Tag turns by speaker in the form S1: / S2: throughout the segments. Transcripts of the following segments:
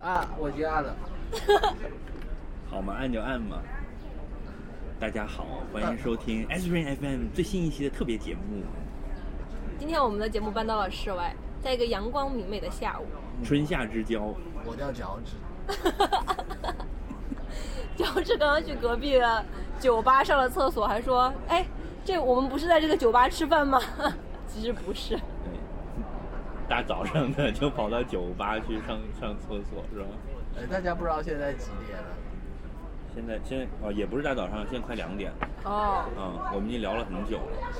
S1: 啊，我已经按了。
S2: 好嘛，按就按嘛。大家好，欢迎收听 S Rain FM 最新一期的特别节目
S3: 今天我们的节目搬到了室外，在一个阳光明媚的下午，
S2: 《春夏之交》。
S1: 我叫脚趾，
S3: 就是刚刚去隔壁的酒吧上了厕所，还说：“哎，这我们不是在这个酒吧吃饭吗？” 其实不是，
S2: 对，大早上的就跑到酒吧去上 上厕所是吧？
S1: 呃，大家不知道现在几点了？
S2: 现在现在哦，也不是大早上，现在快两点了。
S3: 哦，
S2: 嗯，我们已经聊了很久了。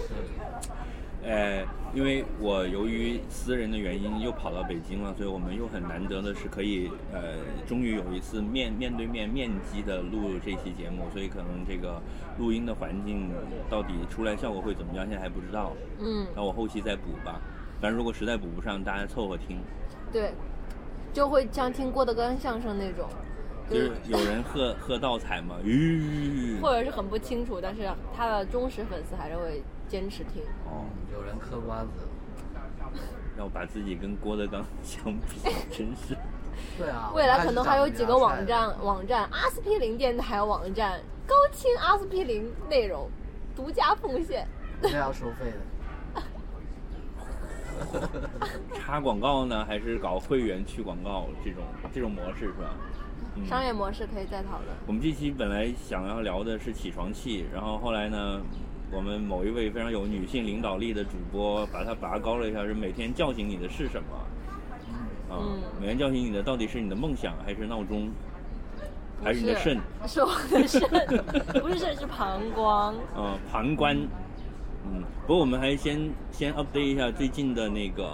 S2: 呃，因为我由于私人的原因又跑到北京了，所以我们又很难得的是可以呃，终于有一次面面对面面基的录这期节目，所以可能这个录音的环境到底出来效果会怎么样，现在还不知道。
S3: 嗯，
S2: 那我后期再补吧。反正如果实在补不上，大家凑合听。
S3: 对，就会像听郭德纲相声那种，
S2: 就是有人喝喝倒彩嘛，吁、
S3: 或者是很不清楚，但是他的忠实粉丝还是会坚持听。
S2: 哦，
S1: 有人嗑瓜子。
S2: 要把自己跟郭德纲相比，真是。
S1: 对啊，
S3: 未来可能还有
S1: 我看是
S3: 几
S1: 长
S3: 个
S1: 不了
S3: 网
S1: 菜的。
S3: 站，网站阿司匹林电台网站高清阿司匹林内容独家奉献。
S1: 这要收费的。
S2: 插广告呢，还是搞会员去广告这种这种模式是吧？嗯
S3: 商业模式可以再讨论。
S2: 我们这期本来想要聊的是起床气，然后后来呢，我们某一位非常有女性领导力的主播把它拔高了一下，是每天叫醒你的是什么？啊，
S3: 嗯
S2: 每天叫醒你的到底是你的梦想还是闹钟，还是你的肾？
S3: 是我的肾，不是肾是膀胱。
S2: 呃旁观。嗯，不过我们还先先 update 一下最近的那个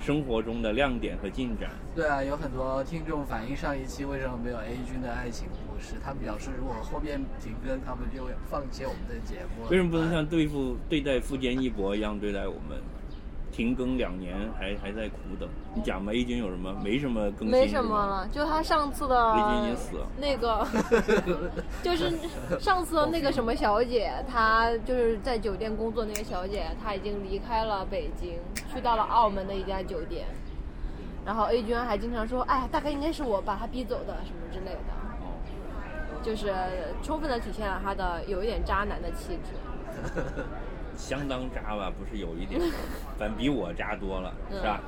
S2: 生活中的亮点和进展。
S1: 对啊，有很多听众反映上一期为什么没有 A 君的爱情故事，他们表示如果后面停更，他们就会放弃我们的节目。
S2: 为什么不能像对付对待富坚义博一样对待我们？停更两年还还在苦等，你讲吧，A 君有什么？没什么更新，
S3: 没什么了，就他上次的
S2: 李金已经死了
S3: 那 个，就是上次的那个什么小姐，她就是在酒店工作那个小姐，她已经离开了北京，去到了澳门的一家酒店。然后 A 君还经常说，哎呀，大概应该是我把她逼走的，什么之类的，
S2: 哦。
S3: 就是充分的体现了他的有一点渣男的气质。
S2: 相当渣吧，不是有一点，反正比我渣多了，是吧？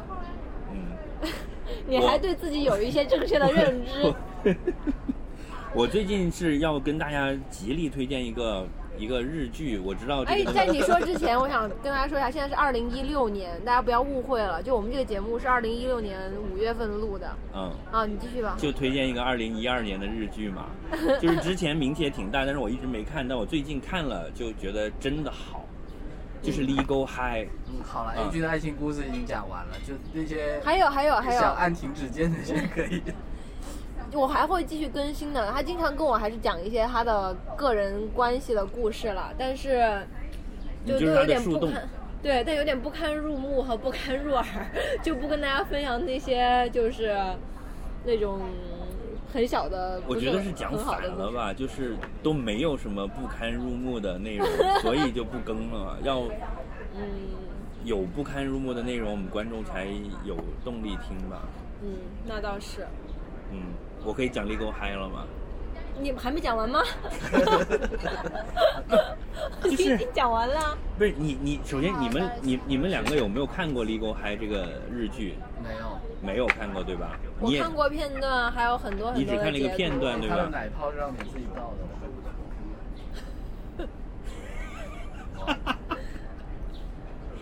S2: 嗯，
S3: 你还对自己有一些正确的认 知，
S2: 我最近是要跟大家极力推荐一个一个日剧，我知道
S3: 哎
S2: 这，个、
S3: 在你说之前，我想跟大家说一下，现在是二零一六年，大家不要误会了。就我们这个节目是二零一六年五月份录的
S2: 嗯。
S3: 啊，你继续吧。
S2: 就推荐一个二零一二年的日剧 嘛，就是之前名气也挺大，但是我一直没看，但我最近看了就觉得真的好，就是《Legal High》。
S1: 嗯，好了
S2: 嗯
S1: ，A 君的爱情故事已经讲完了，就那些
S3: 还有还有还
S1: 想
S3: 有，
S1: 按停止键那些可以。
S3: 我还会继续更新的。他经常跟我还是讲一些他的个人关系的故事了，但是
S2: 你
S3: 就
S2: 就
S3: 都
S2: 是他
S3: 有
S2: 的
S3: 点
S2: 树
S3: 不
S2: 洞，
S3: 堪。对，但有点不堪入目和不堪入耳，就不跟大家分享那些就是那种很小的，
S2: 我
S3: 不
S2: 觉得是讲
S3: 很好
S2: 反
S3: 的故
S2: 了
S3: 事。
S2: 吧，就是都没有什么不堪入目的内 容，所以就不更了嘛。要
S3: 嗯。
S2: 有不堪入目的内容，我们观众才有动力听吧。
S3: 嗯，那倒是。
S2: 嗯，我可以讲《Legal High》了吗？
S3: 你还没讲完 吗？
S2: 就
S3: 你
S2: 是
S3: 已经讲完了。
S2: 不是你你，首先你们
S3: 好
S2: 你你们两个有没有看过《Legal High》这个日剧？
S1: 没有，
S2: 没有看过对吧？
S3: 我
S2: 你也
S3: 看过片段，还有很多很多
S2: 你只看了一个
S3: 的截图
S2: 片段对吧
S1: 他的奶泡是让你自己倒的。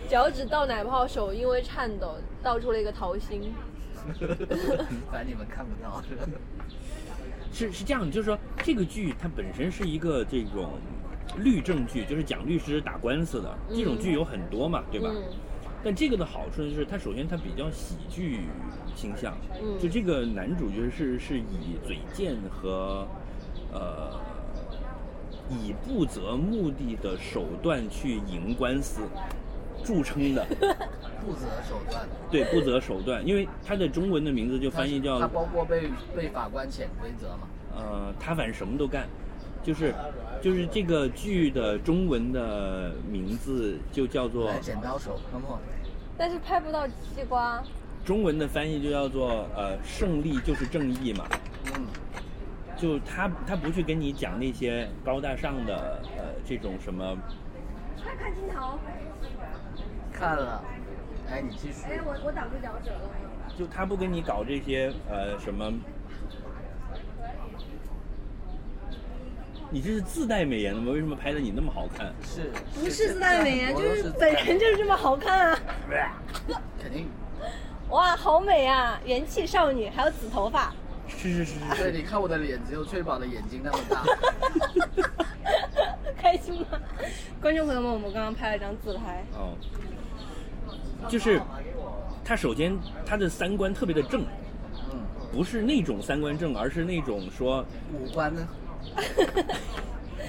S3: 脚趾到奶泡，手因为颤抖倒出了一个桃心。
S1: 反正你们看不到。
S2: 是是这样，就是说这个剧它本身是一个这种律政剧，就是讲律师打官司的这种剧有很多嘛，对吧？
S3: 嗯
S2: 但这个的好处就是，它首先它比较喜剧倾向，
S3: 嗯
S2: 就这个男主角是是以嘴贱和呃以不择目的的手段去赢官司著称 的，
S1: 不择手段。
S2: 对不择手段，因为他的中文的名字就翻译叫
S1: 他包括被被法官潜规则嘛？
S2: 呃，他反正什么都干，就是就是这个剧的中文的名字就叫做
S1: 哎剪刀手，那么
S3: 但是拍不到西瓜，
S2: 中文的翻译就叫做呃胜利就是正义嘛，
S1: 嗯，
S2: 就他他不去跟你讲那些高大上的呃这种什么，
S4: 快看镜头！
S1: 看了，哎，你继续，
S4: 哎，我我挡住脚趾了。
S2: 就他不跟你搞这些呃什么。你这是自带美颜的吗？为什么拍的你那么好看？
S1: 是
S4: 不是自带美颜，
S1: 我
S4: 就
S1: 都
S4: 是
S1: 自带
S4: 本人就是这么好看啊！
S1: 肯定。
S3: 哇，好美啊！元气少女，还有紫头 发，
S2: 是是是是
S1: 对，你看我的脸只有翠宝的眼睛那么 大，
S3: 开心吗？
S4: 观众朋友们，我们刚刚拍了张自拍，
S2: 哦，就是他首先他的三观特别的正，
S1: 嗯，
S2: 不是那种三观正，而是那种说
S1: 五官呢？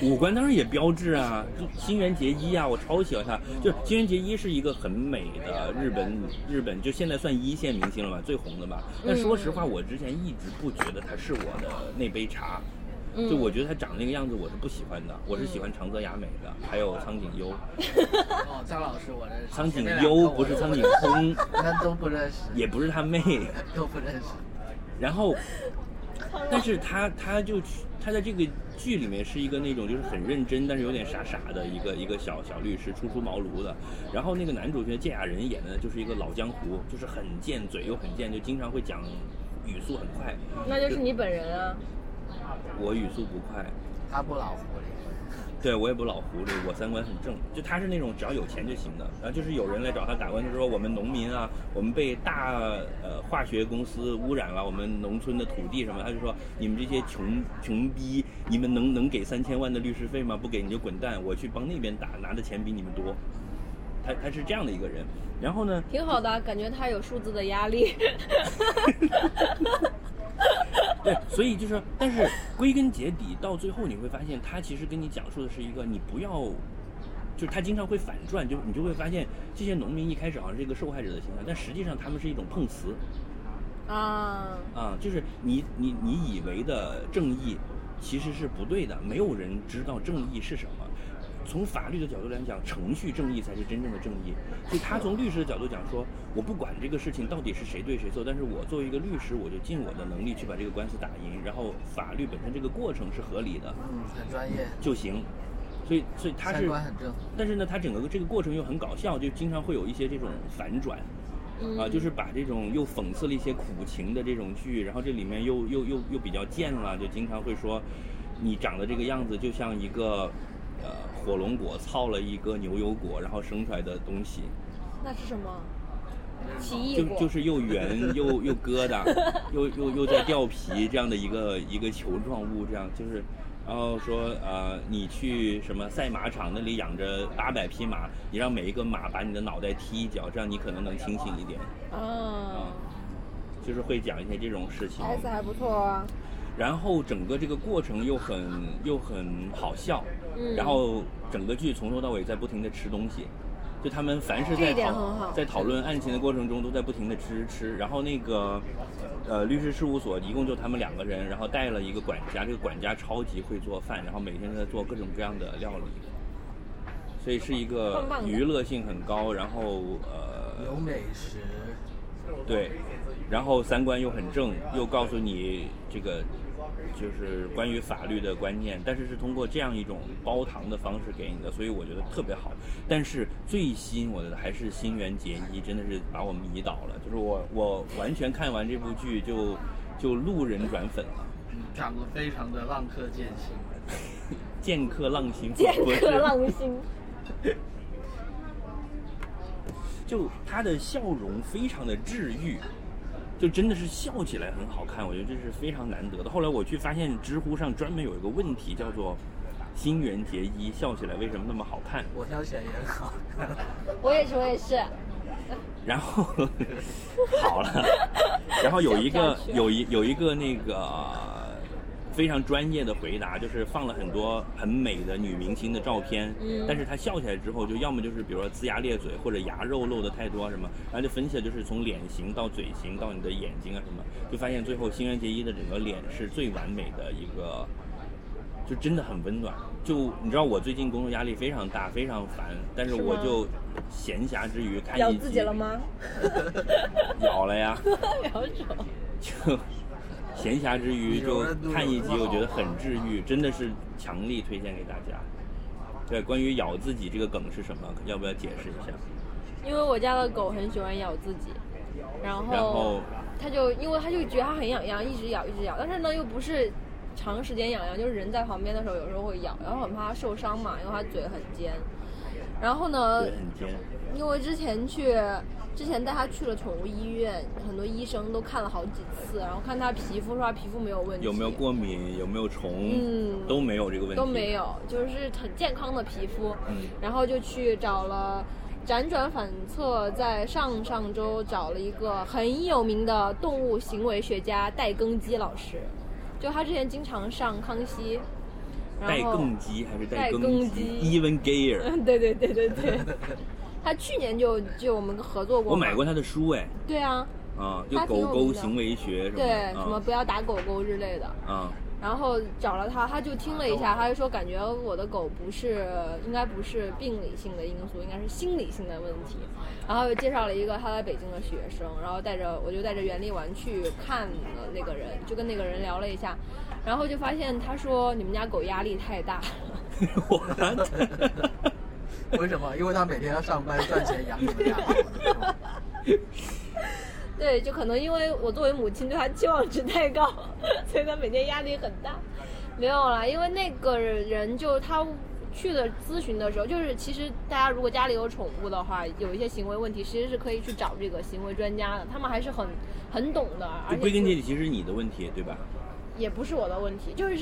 S2: 五官当然也标志啊，就新垣结衣啊，我超喜欢她。就是新垣结衣是一个很美的日本日本，就现在算一线明星了吧，最红的吧。但说实
S1: 嗯
S2: 话，我之前一直不觉得她是我的那杯茶，
S1: 嗯
S3: 嗯
S2: 就我觉得她长那个样子我是不喜欢的，我是喜欢长泽雅美的，还有苍井优。
S1: 哦，张老师我认识，
S2: 苍井
S1: 前面两个
S2: 优
S1: 我
S2: 不是苍井
S1: 我
S2: 空，
S1: 那都不认识，
S2: 也不是他妹。
S1: 都不认识。
S2: 然后，但是他他就去他在这个剧里面是一个那种就是很认真，但是有点傻傻的一个一个小小律师，初出茅庐的。然后那个男主角芥雅人演的就是一个老江湖，就是很贱嘴又很贱，就经常会讲语速很快。
S3: 那就是你本人啊！
S2: 我语速不快，
S1: 他不老狐狸，
S2: 对我也不老狐狸，我三观很正。就他是那种只要有钱就行的，然后就是有人来找他打官司，说我们农民啊，我们被大呃化学公司污染了，我们农村的土地什么，他就说你们这些穷穷逼，你们能能给三千万的律师费吗？不给你就滚蛋，我去帮那边打，拿的钱比你们多。他他是这样的一个人，然后呢，
S3: 挺好的啊，感觉他有数字的 压力。
S2: 对，所以就是，但是归根结底，到最后你会发现，他其实跟你讲述的是一个你不要，就是他经常会反转，就你就会发现这些农民一开始好像是一个受害者的形象，但实际上他们是一种碰瓷
S3: 啊，
S2: 啊，就是你你你以为的正义其实是不对的，没有人知道正义是什么。从法律的角度来讲，程序正义才是真正的正义。所以他从律师的角度讲说，我不管这个事情到底是谁对谁错，但是我作为一个律师，我就尽我的能力去把这个官司打赢，然后法律本身这个过程是合理的
S1: 嗯，很专业，
S2: 就行。所以，所以他
S1: 三
S2: 是，
S1: 观很正。
S2: 但是呢，他整个这个过程又很搞笑，就经常会有一些这种反转。
S3: 嗯
S2: 啊，就是把这种又讽刺了一些苦情的这种剧，然后这里面又又又又比较贱了，就经常会说，你长得这个样子就像一个，呃，火龙果操了一个牛油果，然后生出来的东西，
S3: 那是什么？奇异
S2: 就
S3: 果？
S2: 就是又圆 又又疙瘩，又又又在掉皮这样的一个一个球状物，这样就是，然后说呃，你去什么赛马场那里养着八百匹马，你让每一个马把你的脑袋踢一脚，这样你可能能清醒一点。
S3: 啊
S2: 就是会讲一些这种事情，
S3: ，S 还不错啊。
S2: 然后整个这个过程又很又很好笑，
S3: 嗯
S2: 然后整个剧从头到尾在不停的吃东西，就他们凡是
S3: 这
S2: 在
S3: 一点很
S2: 讨
S3: 好
S2: 在讨论案情的过程中都在不停的吃吃，然后那个呃律师事务所一共就他们两个人，然后带了一个管家，这个管家超级会做饭，然后每天都在做各种各样的料理。所以是一个
S3: 棒棒的
S2: 娱乐性很高，然后呃，
S1: 有美食，
S2: 对，然后三观又很正，又告诉你这个就是关于法律的观念，但是是通过这样一种煲糖的方式给你的，所以我觉得特别好。但是最吸引我的还是新垣结衣，真的是把我迷倒了。就是我我完全看完这部剧就就路人转粉了，
S1: 嗯长得非常的浪客剑心。
S2: 剑客浪心，
S3: 剑
S2: 不是
S3: 客浪心，
S2: 就他的笑容非常的治愈，就真的是笑起来很好看，我觉得这是非常难得的。后来我去发现知乎上专门有一个问题叫做“新垣结衣笑起来为什么那么好看
S1: 我挑选也很好看，
S3: 我也是，我也是。”，
S2: 然后好了，然后有一个
S3: 笑不下去
S2: 有一有一个那个。非常专业的回答，就是放了很多很美的女明星的照片，
S3: 嗯
S2: 但是她笑起来之后，就要么就是比如说龇牙咧嘴，或者牙肉露的太多啊什么，然后就分析了就是从脸型到嘴型到你的眼睛啊什么，就发现最后新垣结衣的整个脸是最完美的一个就真的很温暖。就你知道我最近工作压力非常大，非常烦，但是
S4: 是吗
S2: 我就闲暇之余看一集
S4: 咬自己了？ 吗？
S2: 咬了呀，
S3: 聊什么？
S2: 就闲暇之余就看一集，我觉得很治愈，真的是强力推荐给大家。对，关于咬自己这个梗是什么，要不要解释一下？
S3: 因为我家的狗很喜欢咬自己，然后
S2: 然后
S3: 它就因为它就觉得它很痒痒，一直咬一直咬，但是呢又不是长时间痒痒，就是人在旁边的时候有时候会咬，然后很怕它受伤嘛，因为它嘴很尖。然后呢
S2: 对，，很尖。
S3: 因为之前去，之前带它去了宠物医院，很多医生都看了好几次，然后看它皮肤，说它皮肤没有问题，
S2: 有没有过敏？有没有虫？
S3: 嗯
S2: 都没有这个问题。
S3: 都没。有，就是很健康的皮肤。
S2: 嗯
S3: 然后就去找了，辗转反侧，在上上周找了一个很有名的动物行为学家戴更基老师，就他之前经常上康熙，
S2: 带
S3: 然后
S2: 更肌还是带
S3: 带
S2: 更
S3: 更
S2: 肌
S3: 肌
S2: ？Even gayer。
S3: 对对对对对，他去年就就我们合作过，
S2: 我买过，他的书哎，
S3: 对啊，
S2: 啊，就
S3: 他挺
S2: 狗
S3: 有
S2: 狗
S3: 名的
S2: 行为学什么的。
S3: 对什么
S2: 啊
S3: 不要打狗狗之类的，
S2: 啊，
S3: 然后找了他，他就听了一下，他就说感觉我的狗不是，应该不是病理性的因素，应该是心理性的问题。然后又介绍了一个他在北京的学生，然后带着我就带着袁立文去看了那个人，就跟那个人聊了一下，然后就发现他说你们家狗压力太大 了。
S2: 我
S1: 为什么？因为他每天要上班赚钱养你们俩。
S3: 对，就可能因为我作为母亲对他期望值太高， 所以他每天压力很大。没有啦，因为那个人就他去的咨询的时候，就是其实大家如果家里有宠物的话，有一些行为问题其实是可以去找这个行为专家的，他们还是很很懂的，而
S2: 就
S3: 且
S2: 归根
S3: 就
S2: 结底，其实是你的问题对吧？
S3: 也不是我的问题，就是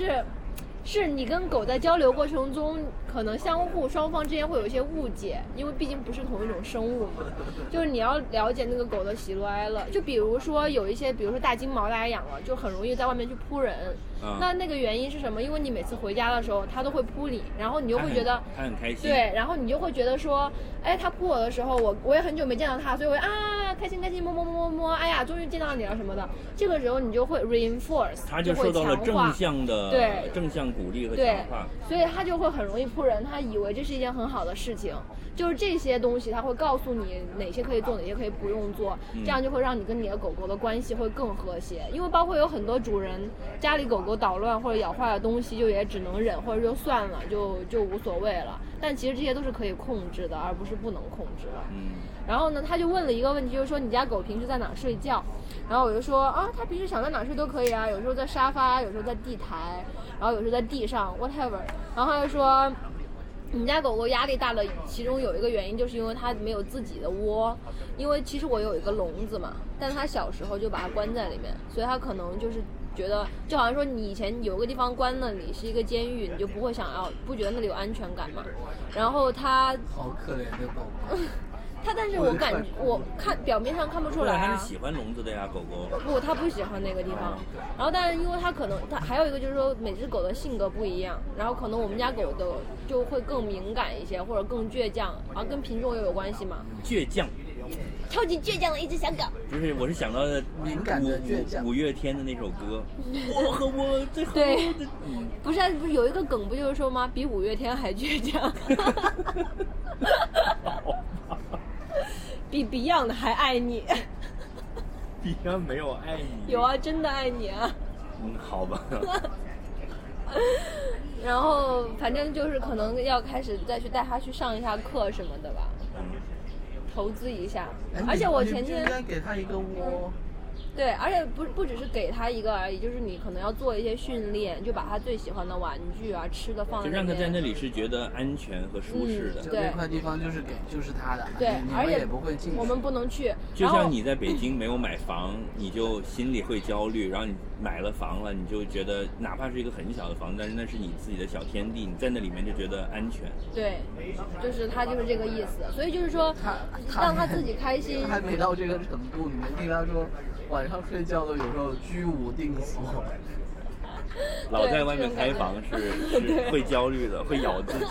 S3: 是你跟狗在交流过程中，可能相互双方之间会有一些误解，因为毕竟不是同一种生物嘛。就是你要了解那个狗的喜怒哀乐，就比如说有一些，比如说大金毛，大家养了就很容易在外面去扑人。
S2: 啊
S3: 那那个原因是什么？因为你每次回家的时候，它都会扑你，然后你就
S2: 他
S3: 会
S2: 很
S3: 觉得。
S2: 他很开心。
S3: 对，然后你就会觉得说，哎，它扑我的时候，我我也很久没见到它，所以我就啊开心开心摸摸摸摸摸，哎呀，终于见到你了什么的。这个时候你就会 reinforce，
S2: 他就
S3: 会
S2: 受到了
S3: 强
S2: 正
S3: 化
S2: 向的
S3: 对
S2: 正向鼓励和强
S3: 对
S2: 化。，
S3: 所以他就会很容易扑人，他以为这是一件很好的事情，就是这些东西他会告诉你哪些可以做，哪些可以不用做，这样就会让你跟你的狗狗的关系会更和谐。因为包括有很多主人家里狗狗捣乱或者咬坏了东西，就也只能忍或者就算了，就就无所谓了。但其实这些都是可以控制的，而不是不能控制的。
S2: 嗯，
S3: 然后呢，他就问了一个问题，就是说你家狗平时在哪儿睡觉？然后我就说啊，它平时想在哪儿睡都可以啊，有时候在沙发，有时候在地台，然后有时候在地上，whatever。然后他就说，你家狗狗压力大的其中有一个原因，就是因为它没有自己的窝，因为其实我有一个笼子嘛，但是它小时候就把它关在里面，所以它可能就是。觉得就好像说你以前有个地方关了你是一个监狱，你就不会想要不觉得那里有安全感嘛。然后它
S1: 好可怜的狗狗，
S3: 他，但是我感觉我看表面上看不出
S2: 或者
S3: 来
S2: 他是
S3: 啊。
S2: 喜欢笼子的呀，狗狗。
S3: 不，他不喜欢那个地方。然后，但是因为他可能他还有一个就是说，每只狗的性格不一样，然后可能我们家狗的就会更敏感一些，或者更倔强，然后跟品种也有关系嘛。
S2: 倔强，
S3: 超级倔强的一只小狗，
S2: 就是我是想到的
S1: 敏感的倔强
S2: 五五月天的那首 歌，我和我最后
S3: 对
S2: 的你。
S3: 不是啊不是有一个梗不就是说吗？比五月天还倔 强，哦
S2: 好吧
S3: 比 Beyond 还爱你，
S2: 比较没有爱你。
S3: 有啊，真的爱你啊。
S2: 嗯，好 吧。
S3: 然后反正就是可能要开始再去带他去上一下课什么的吧，投资一下
S1: 哎。
S3: 而且我
S1: 你
S3: 前
S1: 你应
S3: 天
S1: 该给它一个窝。
S3: 对，而且不不只是给他一个而已，就是你可能要做一些训练，就把他最喜欢的玩具啊、吃的放
S2: 就
S3: 在
S2: 让他在
S3: 边
S2: 那里是觉得安全和舒适的
S3: 嗯，
S1: 就
S3: 对
S1: 那块地方就是给就是它的，
S3: 对
S1: 你，
S3: 而
S1: 们
S3: 且
S1: 也不会进去。
S3: 我们不能去。
S2: 就
S3: 然后嗯
S2: 像你在北京没有买房，你就心里会焦虑，然后你买了房了，你就觉得哪怕是一个很小的房，但是那是你自己的小天地，你在那里面就觉得安全。
S3: 对，就是他就是这个意思，所以就是说
S1: 他
S3: 让他自己开心。
S1: 还没到这个程度，你能听他说晚上睡觉都有时候居无定所。
S2: 老在外面开房是是会焦虑的，会咬自己。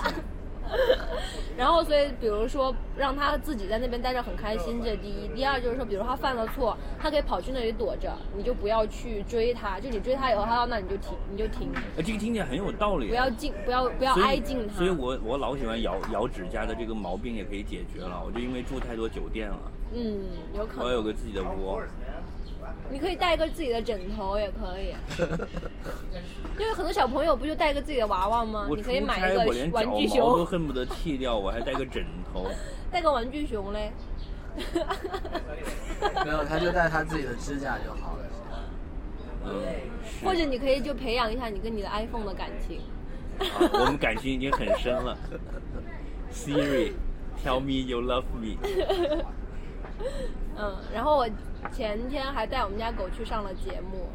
S3: 然后，所以比如说让他自己在那边待着很开心，这是第一；第二就是说，比如他犯了错，他可以跑去那里躲着，你就不要去追他。就你追他以后，他到那你就停，你就停，
S2: 哎，这个听起来很有道理。啊
S3: 不要近，不要不要
S2: 所以
S3: 挨近他。
S2: 所以我我老喜欢咬咬指甲的这个毛病也可以解决了。我就因为住太多酒店了，
S3: 嗯，有可
S2: 我要
S3: 能啊
S2: 有个自己的 窝。
S3: 你可以带一个自己的枕头也可以，因为很多小朋友不就带一个自己的娃娃吗？
S2: 我
S3: 你
S2: 出
S3: 可以买一
S2: 差
S3: 个
S2: 我连脚
S3: 玩具
S2: 毛都
S3: 熊，
S2: 恨不得剃掉，我还带个枕头。
S3: 带个玩具熊嘞。
S1: 没有，他就带他自己的指甲就好了。
S2: 嗯，
S3: 或者你可以就培养一下你跟你的 iPhone 的感情。
S1: 哦
S2: 啊我们感情已经很深了。Siri，tell me you love me。
S3: 嗯，然后我前天还带我们家狗去上了节目，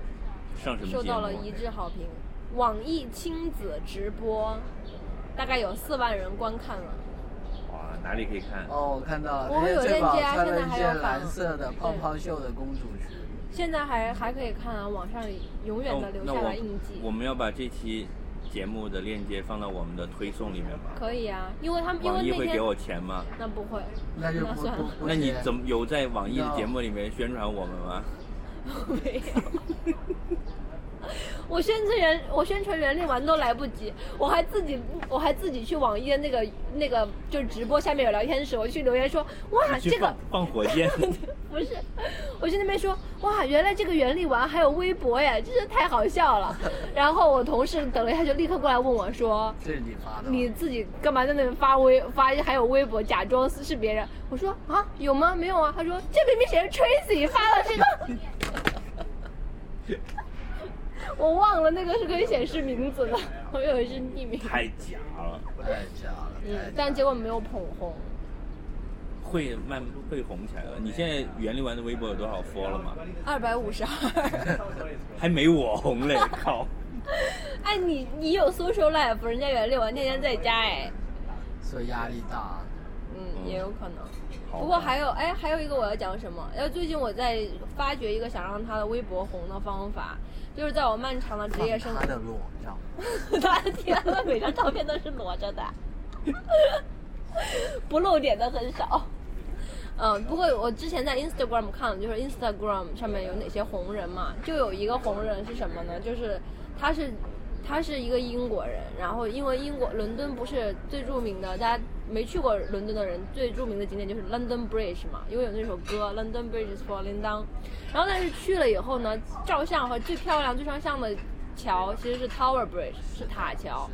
S2: 上什么节目？啊
S3: 受到了一致好评。网易亲子直播，大概有四万人观看了。
S2: 哇，哪里可以看？
S1: 哦，我看到了，
S3: 我会有
S1: 这宝
S3: 链接啊
S1: 穿了
S3: 现在
S1: 一
S3: 还
S1: 件
S3: 有
S1: 蓝
S3: 放
S1: 色的
S3: 对
S1: 泡泡袖的公主裙。
S3: 现在还还可以看啊，网上永
S2: 那
S3: 远的留
S2: 那
S3: 下
S2: 我
S3: 来印记。
S2: 我们要把这期节目的链接放到我们的推送里面吗？
S3: 可以啊，因为他们因为
S2: 网易
S3: 那
S2: 会
S3: 天
S2: 给我钱吗？
S3: 那不会，
S1: 那就
S3: 那
S1: 不
S3: 算
S1: 不
S3: 了，
S1: 不
S2: 那你
S1: 写
S2: 怎么有在网易的节目里面宣传我们吗？
S3: 没有。 我宣传人，我宣传人力完都来不及，我还自己，我还自己去网易的那个那个，就是直播下面有聊天室，我去留言说，哇，
S2: 去
S3: 这个
S2: 放放火箭，
S3: 不是，我去那边说，哇，原来这个原力丸还有微博耶，真是太好笑了。然后我同事等了一下就立刻过来问我说，
S1: 这是你发的吗？
S3: 你自己干嘛在那边发微发还有微博假装是是别人？我说啊，有吗？没有啊。他说这明明写着 Tracy 发了这个， 我忘了那个是可以显示名字的，我以为是匿名。
S2: 太假了，
S1: 太假了，
S3: 嗯
S1: 太，假
S3: 但
S1: 了
S3: 结果没有捧红，
S2: 会慢会红起来的。你现在袁立文的微博有多少 follow 了吗？
S3: 二百五十二。
S2: 还没我红嘞，靠！
S3: 哎，你你有 social life，人家袁立文天天在家哎，
S1: 所以压力大。
S3: 嗯，
S2: 嗯
S3: 也有可能。
S2: 好
S3: 不过还有哎，还有一个我要讲什么？哎，最近我在发掘一个想让他的微博红的方法，就是在我漫长的职业生
S1: 放
S3: 活
S1: 他的裸照，
S3: 他的天呐，每张照片都是裸着的， 不露点的很少。嗯，不过我之前在 Instagram 看了，就是 Instagram 上面有哪些红人嘛，就有一个红人是什么呢？就是他是他是一个英国人，然后因为英国伦敦不是最著名的，大家没去过伦敦的人最著名的景点就是 London Bridge 嘛，因为有那首歌 London Bridge is falling down。然后但是去了以后呢，照相和最漂亮、最上相的桥其实是 Tower Bridge，是塔桥。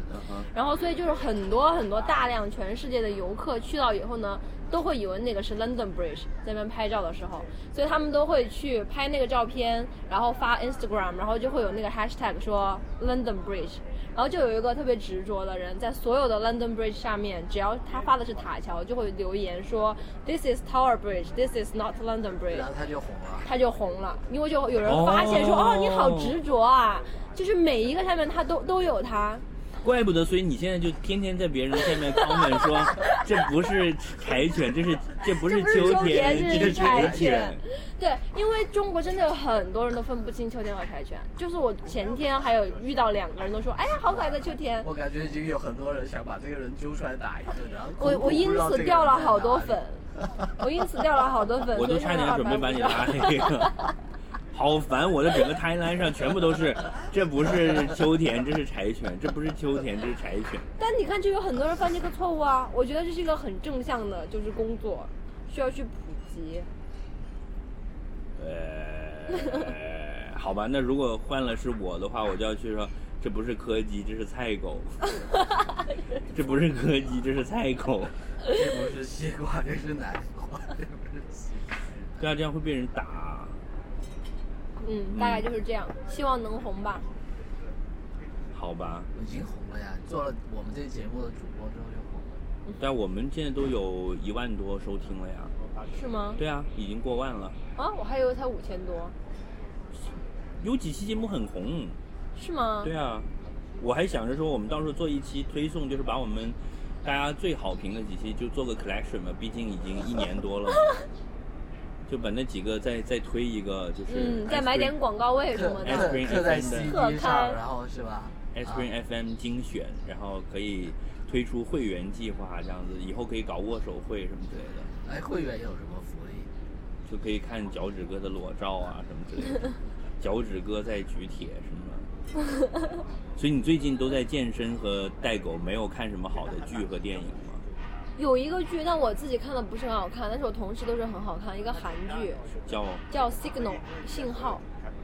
S3: 然后所以就是很多很多大量全世界的游客去到以后呢，都会以为那个是 London Bridge，在那边拍照的时候，所以他们都会去拍那个照片，然后发 Instagram，然后就会有那个 hashtag 说 London Bridge。然后就有一个特别执着的人，在所有的 London Bridge 下面，只要他发的是塔桥，就会留言说 This is Tower Bridge，This is not London Bridge。
S1: 然后他就红了。
S3: 他就红了，因为就有人发现说，哦
S2: 哦
S3: 你好执着啊，就是每一个下面他都都有他，
S2: 怪不得，所以你现在就天天在别人下面 comment 说，这不是柴犬，这是这不是
S3: 这不是秋
S2: 田，
S3: 田
S2: 这
S3: 这
S2: 是
S3: 是
S2: 柴
S3: 柴
S2: 犬
S3: 犬。对，因为中国真的有很多人都分不清秋天和柴犬，就是我前天还有遇到两个人都说，哎呀，好可爱的秋天，
S1: 我感觉已经有很多人想把这个人揪出来打一顿，然后
S3: 我
S1: 苦苦
S3: 我因
S1: 不知道这
S3: 此
S1: 个
S3: 掉了
S1: 人在
S3: 好多
S1: 哪里
S3: 粉，我因此掉了好多 粉，
S2: 我都
S3: 所以
S2: 差点
S3: 现在
S2: 准备把你拉
S3: 250
S2: 黑了。 好烦！我的整个 timeline 上全部都是，这不是秋田，这是柴犬，这不是秋田，这是柴犬。
S3: 但你看，就有很多人犯这个错误啊！我觉得这是一个很正向的，就是工作需要去普及。
S2: 呃， 好吧，那如果换了是我的话，我就要去说，这不是柯基，这是菜狗。 这不是柯基，这是菜狗。
S1: 这不是西瓜，这是南瓜，这不是西瓜。
S2: 对啊，这样会被人打。
S3: 嗯，大概就是这样，希望能红吧。
S2: 好吧，
S1: 我已经红了呀，做了我们这节目的主播之后就红了。
S2: 但我们现在都有一万多收听了呀。
S3: 是吗？
S2: 对啊，已经过万了。
S3: 啊，我还以为才五千多，
S2: 有几期节目很红。
S3: 是吗？
S2: 对啊，我还想着说，我们到时候做一期推送，就是把我们大家最好评的几期就做个 collection 嘛，毕竟已经一年多了嘛，就把那几个再再推一个，就是
S3: 嗯，再买点广告位什么
S2: 哎
S3: 的。
S2: Spring
S1: 刻在
S2: FM 的
S1: CD
S3: 特刊
S1: 上，然后是吧？啊
S2: i c e Cream FM 精选，然后可以推出会员计划，这样子以后可以搞握手会什么之类的，
S1: 哎，会员有什么福利？
S2: 就可以看脚趾哥的裸照啊什么之类的，脚趾哥在举铁什么的。 所以你最近都在健身和带狗，没有看什么好的剧和电影吗？
S3: 有一个剧，但我自己看的不是很好看，但是我同事都说很好看，一个韩剧
S2: 叫
S3: 叫《Signal》信号，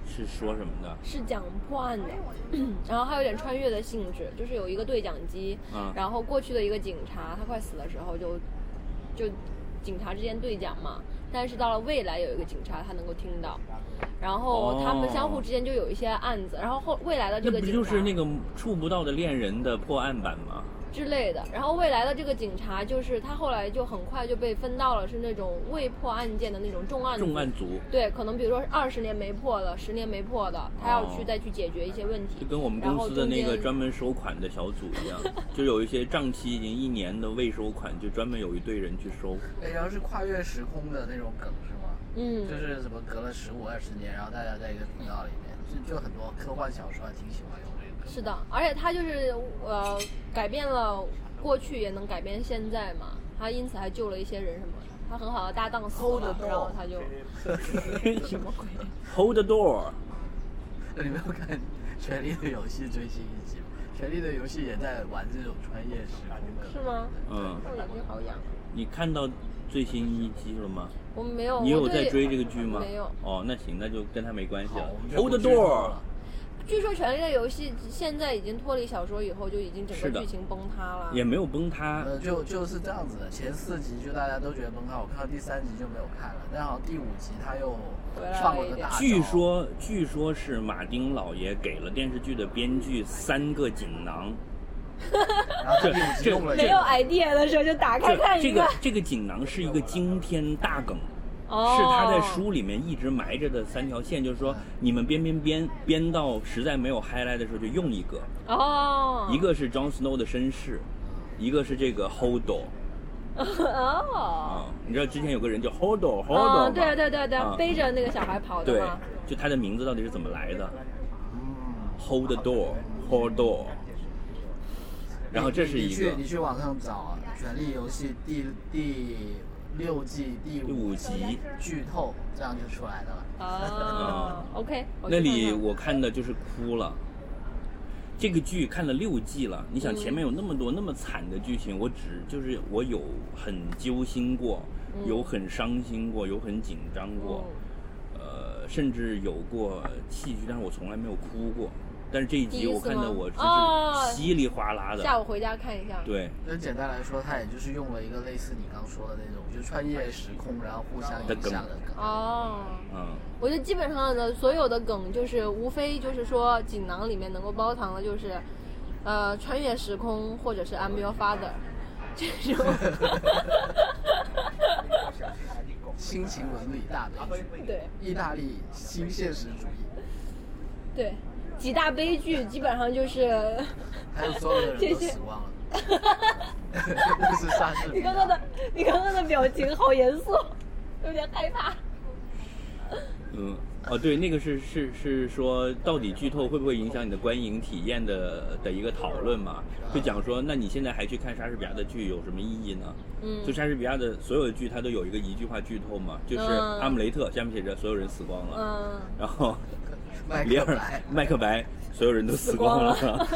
S2: 是说什么的？
S3: 是讲破案的， 然后还有点穿越的性质，就是有一个对讲机，
S2: 嗯
S3: 然后过去的一个警察，他快死的时候就就警察之间对讲嘛，但是到了未来有一个警察他能够听到，然后他们相互之间就有一些案子，然后后未来的这
S2: 哦那
S3: 个
S2: 不
S3: 警察
S2: 就是那个触不到的恋人的破案版吗？
S3: 之类的。然后未来的这个警察，就是他后来就很快就被分到了是那种未破案件的那种重案组
S2: 重案组
S3: 对，可能比如说二十年没破的，十年没破的，他要去再去解决一些问题。
S2: 哦就跟我们公司的那
S3: 然
S2: 个
S3: 后中间
S2: 专门收款的小组一样，就有一些账期已经一年的未收款，就专门有一队人去收。
S1: 哎，然后是跨越时空的那种梗是吗？
S3: 嗯，
S1: 就是怎么隔了十五二十年，然后大家在一个频道里面，就就很多科幻小说还啊挺喜欢用这个。
S3: 是的，而且他就是呃改变了过去，也能改变现在嘛。他因此还救了一些人什么的，他很好的搭档死
S1: Hold
S3: 了
S1: the，door
S3: 然后他就 什么鬼？
S2: Hold the door，
S1: 你没有看《权力的游戏》最新一集吗？《权力的游戏》也在玩这种穿越时空的。
S3: 是吗？
S2: 嗯，
S3: 我眼睛好痒。
S2: 你看到最新一集了吗？
S3: 我没有，
S2: 你有
S3: 我对
S2: 在追这个剧吗？
S3: 没有。
S2: 哦，那行，那就跟他没关系
S1: 好
S2: 了
S1: 我们。就
S2: Hold
S1: 不
S2: the
S1: 剧透
S2: door，
S1: 了
S3: 据说《权力的游戏》现在已经脱离小说以后，就已经整
S2: 是
S3: 个
S2: 的
S3: 剧情崩塌了。
S2: 也没有崩塌。
S1: 呃，就就是这样子的，前四集就大家都觉得崩塌，我看到第三集就没有看了，但好像第五集他又放了个大招
S2: 据说，据说是马丁老爷给了电视剧的编剧三个锦囊，
S1: 然后第五集用了一个
S3: 没有 idea 的时候就打开看
S2: 这
S3: 一
S2: 这
S3: 看。
S2: 个这个锦囊是一个惊天大梗，
S3: 哦，
S2: 是他在书里面一直埋着的三条线，就是说你们编编编编到实在没有 highlight 的时候就用一个，
S3: 哦，
S2: 一个是 Jon Snow 的身世，一个是这个 Hodor
S3: 哦，
S2: 啊，你知道之前有个人叫 Hodor
S3: 哦
S2: Hodor，，
S3: 对
S2: 吗
S3: 对对对
S2: 啊，
S3: 背着那个小孩跑的
S2: 对
S3: 嘛。，
S2: 就他的名字到底是怎么来的
S1: 嗯，
S2: ？Hold the door，Hold door，然后这是
S1: 你
S2: 一个
S1: 去你去网上找啊，《权力游戏》第第六季第
S2: 第
S1: 五
S2: 五
S1: 集
S2: 集。
S1: 剧透，这样就出来的了。
S3: 哦，OK，我去
S2: 啊那里
S3: 看看
S2: 我看的就是哭了。这个剧看了六季了，你想前面有那么多那么惨的剧情，我只就是我有很揪心过，
S3: 嗯
S2: 有很伤心过，有很紧张过，呃，甚至有过戏剧，但是我从来没有哭过。但是这一集
S3: 第一次
S2: 我看的
S3: 吗
S2: 我
S3: 哦
S2: 真是稀里哗啦的，
S3: 下午回家看一下。
S2: 对
S1: 那简单来说，它也就是用了一个类似你刚说的那种，就穿越时空，然后互相影响的梗。
S3: 哦，
S2: 嗯，
S3: 我觉得基本上的所有的梗就是无非就是说锦囊里面能够包藏的就是，呃，穿越时空或者是 I'm your father 这种。
S1: 新型伦理大悲剧，
S3: 对
S1: 意大利新现实主义，
S3: 对，几大悲剧基本上就是。
S1: 还有所有的人都死光了。那 是莎士比
S3: 你
S1: 亚
S3: 刚刚的你刚刚的表情好严肃，有点害怕。
S2: 嗯，哦，对，那个是是是说，到底剧透会不会影响你的观影体验的的一个讨论嘛？就讲说，那你现在还去看莎士比亚的剧有什么意义呢？
S3: 嗯
S2: 就莎士比亚的所有的剧，它都有一个一句话剧透嘛，就是
S3: 嗯
S2: 《哈姆雷特》下面写着所有人死光了，
S3: 嗯，
S2: 然后
S1: 麦
S2: 里
S1: 克
S2: 尔
S1: 白，
S2: 麦克白所有人都死光了，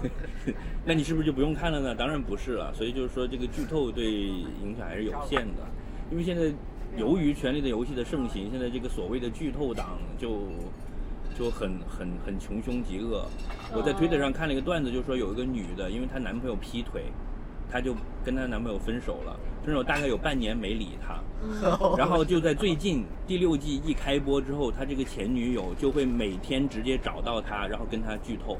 S2: 那你是不是就不用看了呢？当然不是了，所以就是说这个剧透对影响还是有限的，因为现在由于《权力的游戏》的盛行，现在这个所谓的剧透党就就很很很穷凶极恶。我在推特上看了一个段子，就说有一个女的，因为她男朋友劈腿，她就跟她男朋友分手了，分手大概有半年没理他。然后就在最近第六季一开播之后，他这个前女友就会每天直接找到他，然后跟他剧透。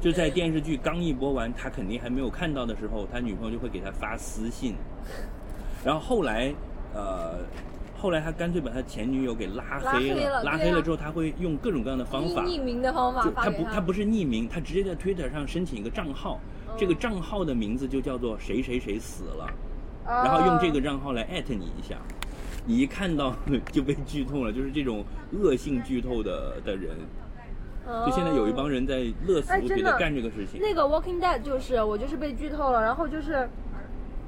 S2: 就在电视剧刚一播完，他肯定还没有看到的时候，他女朋友就会给他发私信。然后后来，呃，后来他干脆把他前女友给拉黑了。
S3: 拉黑了对啊啊
S2: 拉黑了之后，他会用各种各样的方
S3: 匿
S2: 法，
S3: 匿名的方法
S2: 就
S3: 发
S2: 他
S3: 给
S2: 不他不是匿名，他直接在 Twitter 上申请一个账号，这
S3: 嗯
S2: 个账号的名字就叫做谁谁谁死了，
S3: 啊
S2: 然后用这个账号来艾特你一下， 你一看到就被剧透了，就是这种恶性剧透的的人，
S3: 哦
S2: 就现在有一帮人在乐此
S3: 哎
S2: 不
S3: 真
S2: 疲的
S3: 的
S2: 干这个事情。
S3: 那个《Walking Dead》就是我就是被剧透了，然后就是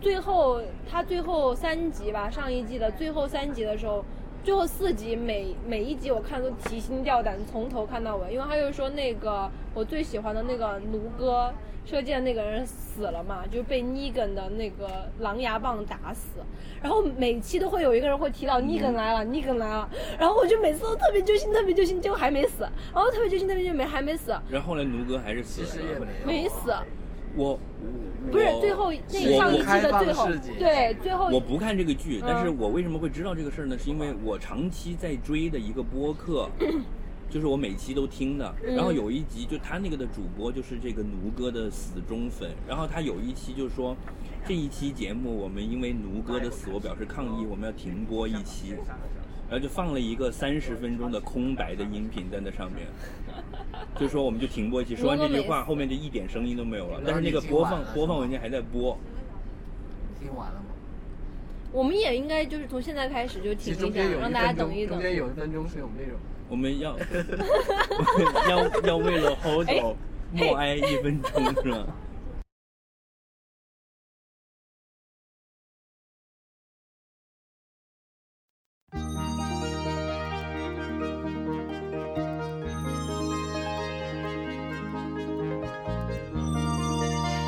S3: 最后它最后三集吧，上一季的最后三集的时候，最后四集每每一集我看都提心吊胆，从头看到尾，因为他就是说那个我最喜欢的那个卢哥射箭那个人死了嘛，就是被 Negan 的那个狼牙棒打死，然后每期都会有一个人会提到 Negan 来了、n e g a n 来了，然后我就每次都特别揪心，特别揪心，结果还没死，然后特别揪心，特别揪心没还没死，
S2: 然后后来奴哥还是死
S1: 其实也
S2: 了。
S1: 没
S3: 没
S1: 有。
S3: 死。
S2: 我
S3: 不是
S2: 我
S3: 最后那
S2: 我
S3: 上一
S2: 我
S3: 期的
S1: 开
S3: 最后
S1: 放世界，
S3: 对最后
S2: 我不看这个剧，
S3: 嗯
S2: 但是我为什么会知道这个事儿呢？是因为我长期在追的一个播 客，就是我每期都听的。
S3: 嗯
S2: 然后有一集就他那个的主播就是这个奴哥的死忠粉，然后他有一期就说，这一期节目我们因为奴哥的死我表示抗
S3: 哦
S2: 议，我们要停播一期。然后就放了一个三十分钟的空白的音频在那上 面，就说我们就停播一期。说完这句
S3: 如果每
S2: 话，
S3: 次
S2: 后面就一点声音都没有了
S1: 然后，
S2: 但是那个
S1: 已经
S2: 播
S1: 晚
S2: 放
S1: 了
S2: 播放文件还在播。
S1: 听完了吗？
S3: 我们也应该就是从现在开始就
S1: 其
S3: 停
S1: 实中
S3: 一下
S1: 间，有
S3: 让
S1: 一
S3: 大家
S1: 分
S3: 等
S1: 钟，
S3: 一等
S1: 中。间有一分钟是有那种
S2: 我们要 要要为了 hold
S3: 哎
S2: 默哀一分钟是吧？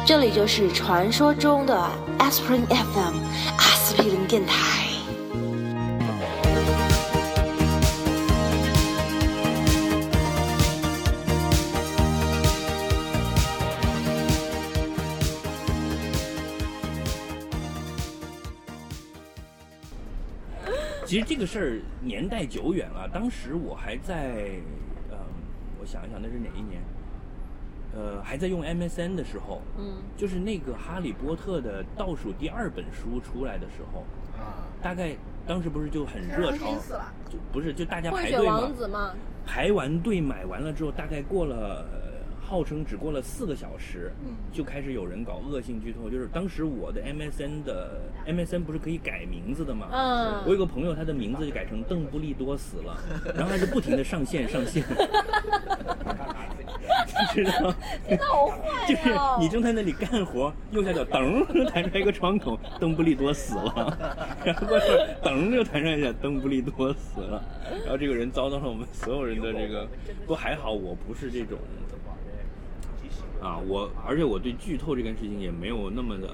S5: 这里就是传说中的 Aspirin FM 阿司匹林电台。
S2: 其实这个事儿年代久远了，当时我还在，嗯，我想一想那是哪一年？呃，还在用 MSN 的时候，
S3: 嗯，
S2: 就是那个《哈利波特》的倒数第二本书出来的时候，
S1: 啊，
S2: 大概当时不是就很热
S3: 啊
S2: 潮，就不是就大家
S3: 混
S2: 排
S3: 血
S2: 队嘛，
S3: 王 子嘛，
S2: 排完队买完了之后，大概过了，呃号称只过了四个小时，
S1: 嗯
S2: 就开始有人搞恶性剧透。就是当时我的 MSN 的 MSN 不是可以改名字的嘛？我
S3: 嗯，
S2: 有个朋友，他的名字就改成邓布利多死了，然后他就不停的上线上线，你知道吗？
S3: 真的好哎 坏
S2: 就是
S3: 呀！
S2: 你正在那里干活，右下角噔弹出来一个窗口，邓布利多死了，然后过去噔又弹出来一下，邓布利多死了，然后这个人遭到了我们所有人的这个，不过还好我不是这种。啊，我而且我对剧透这件事情也没有那么的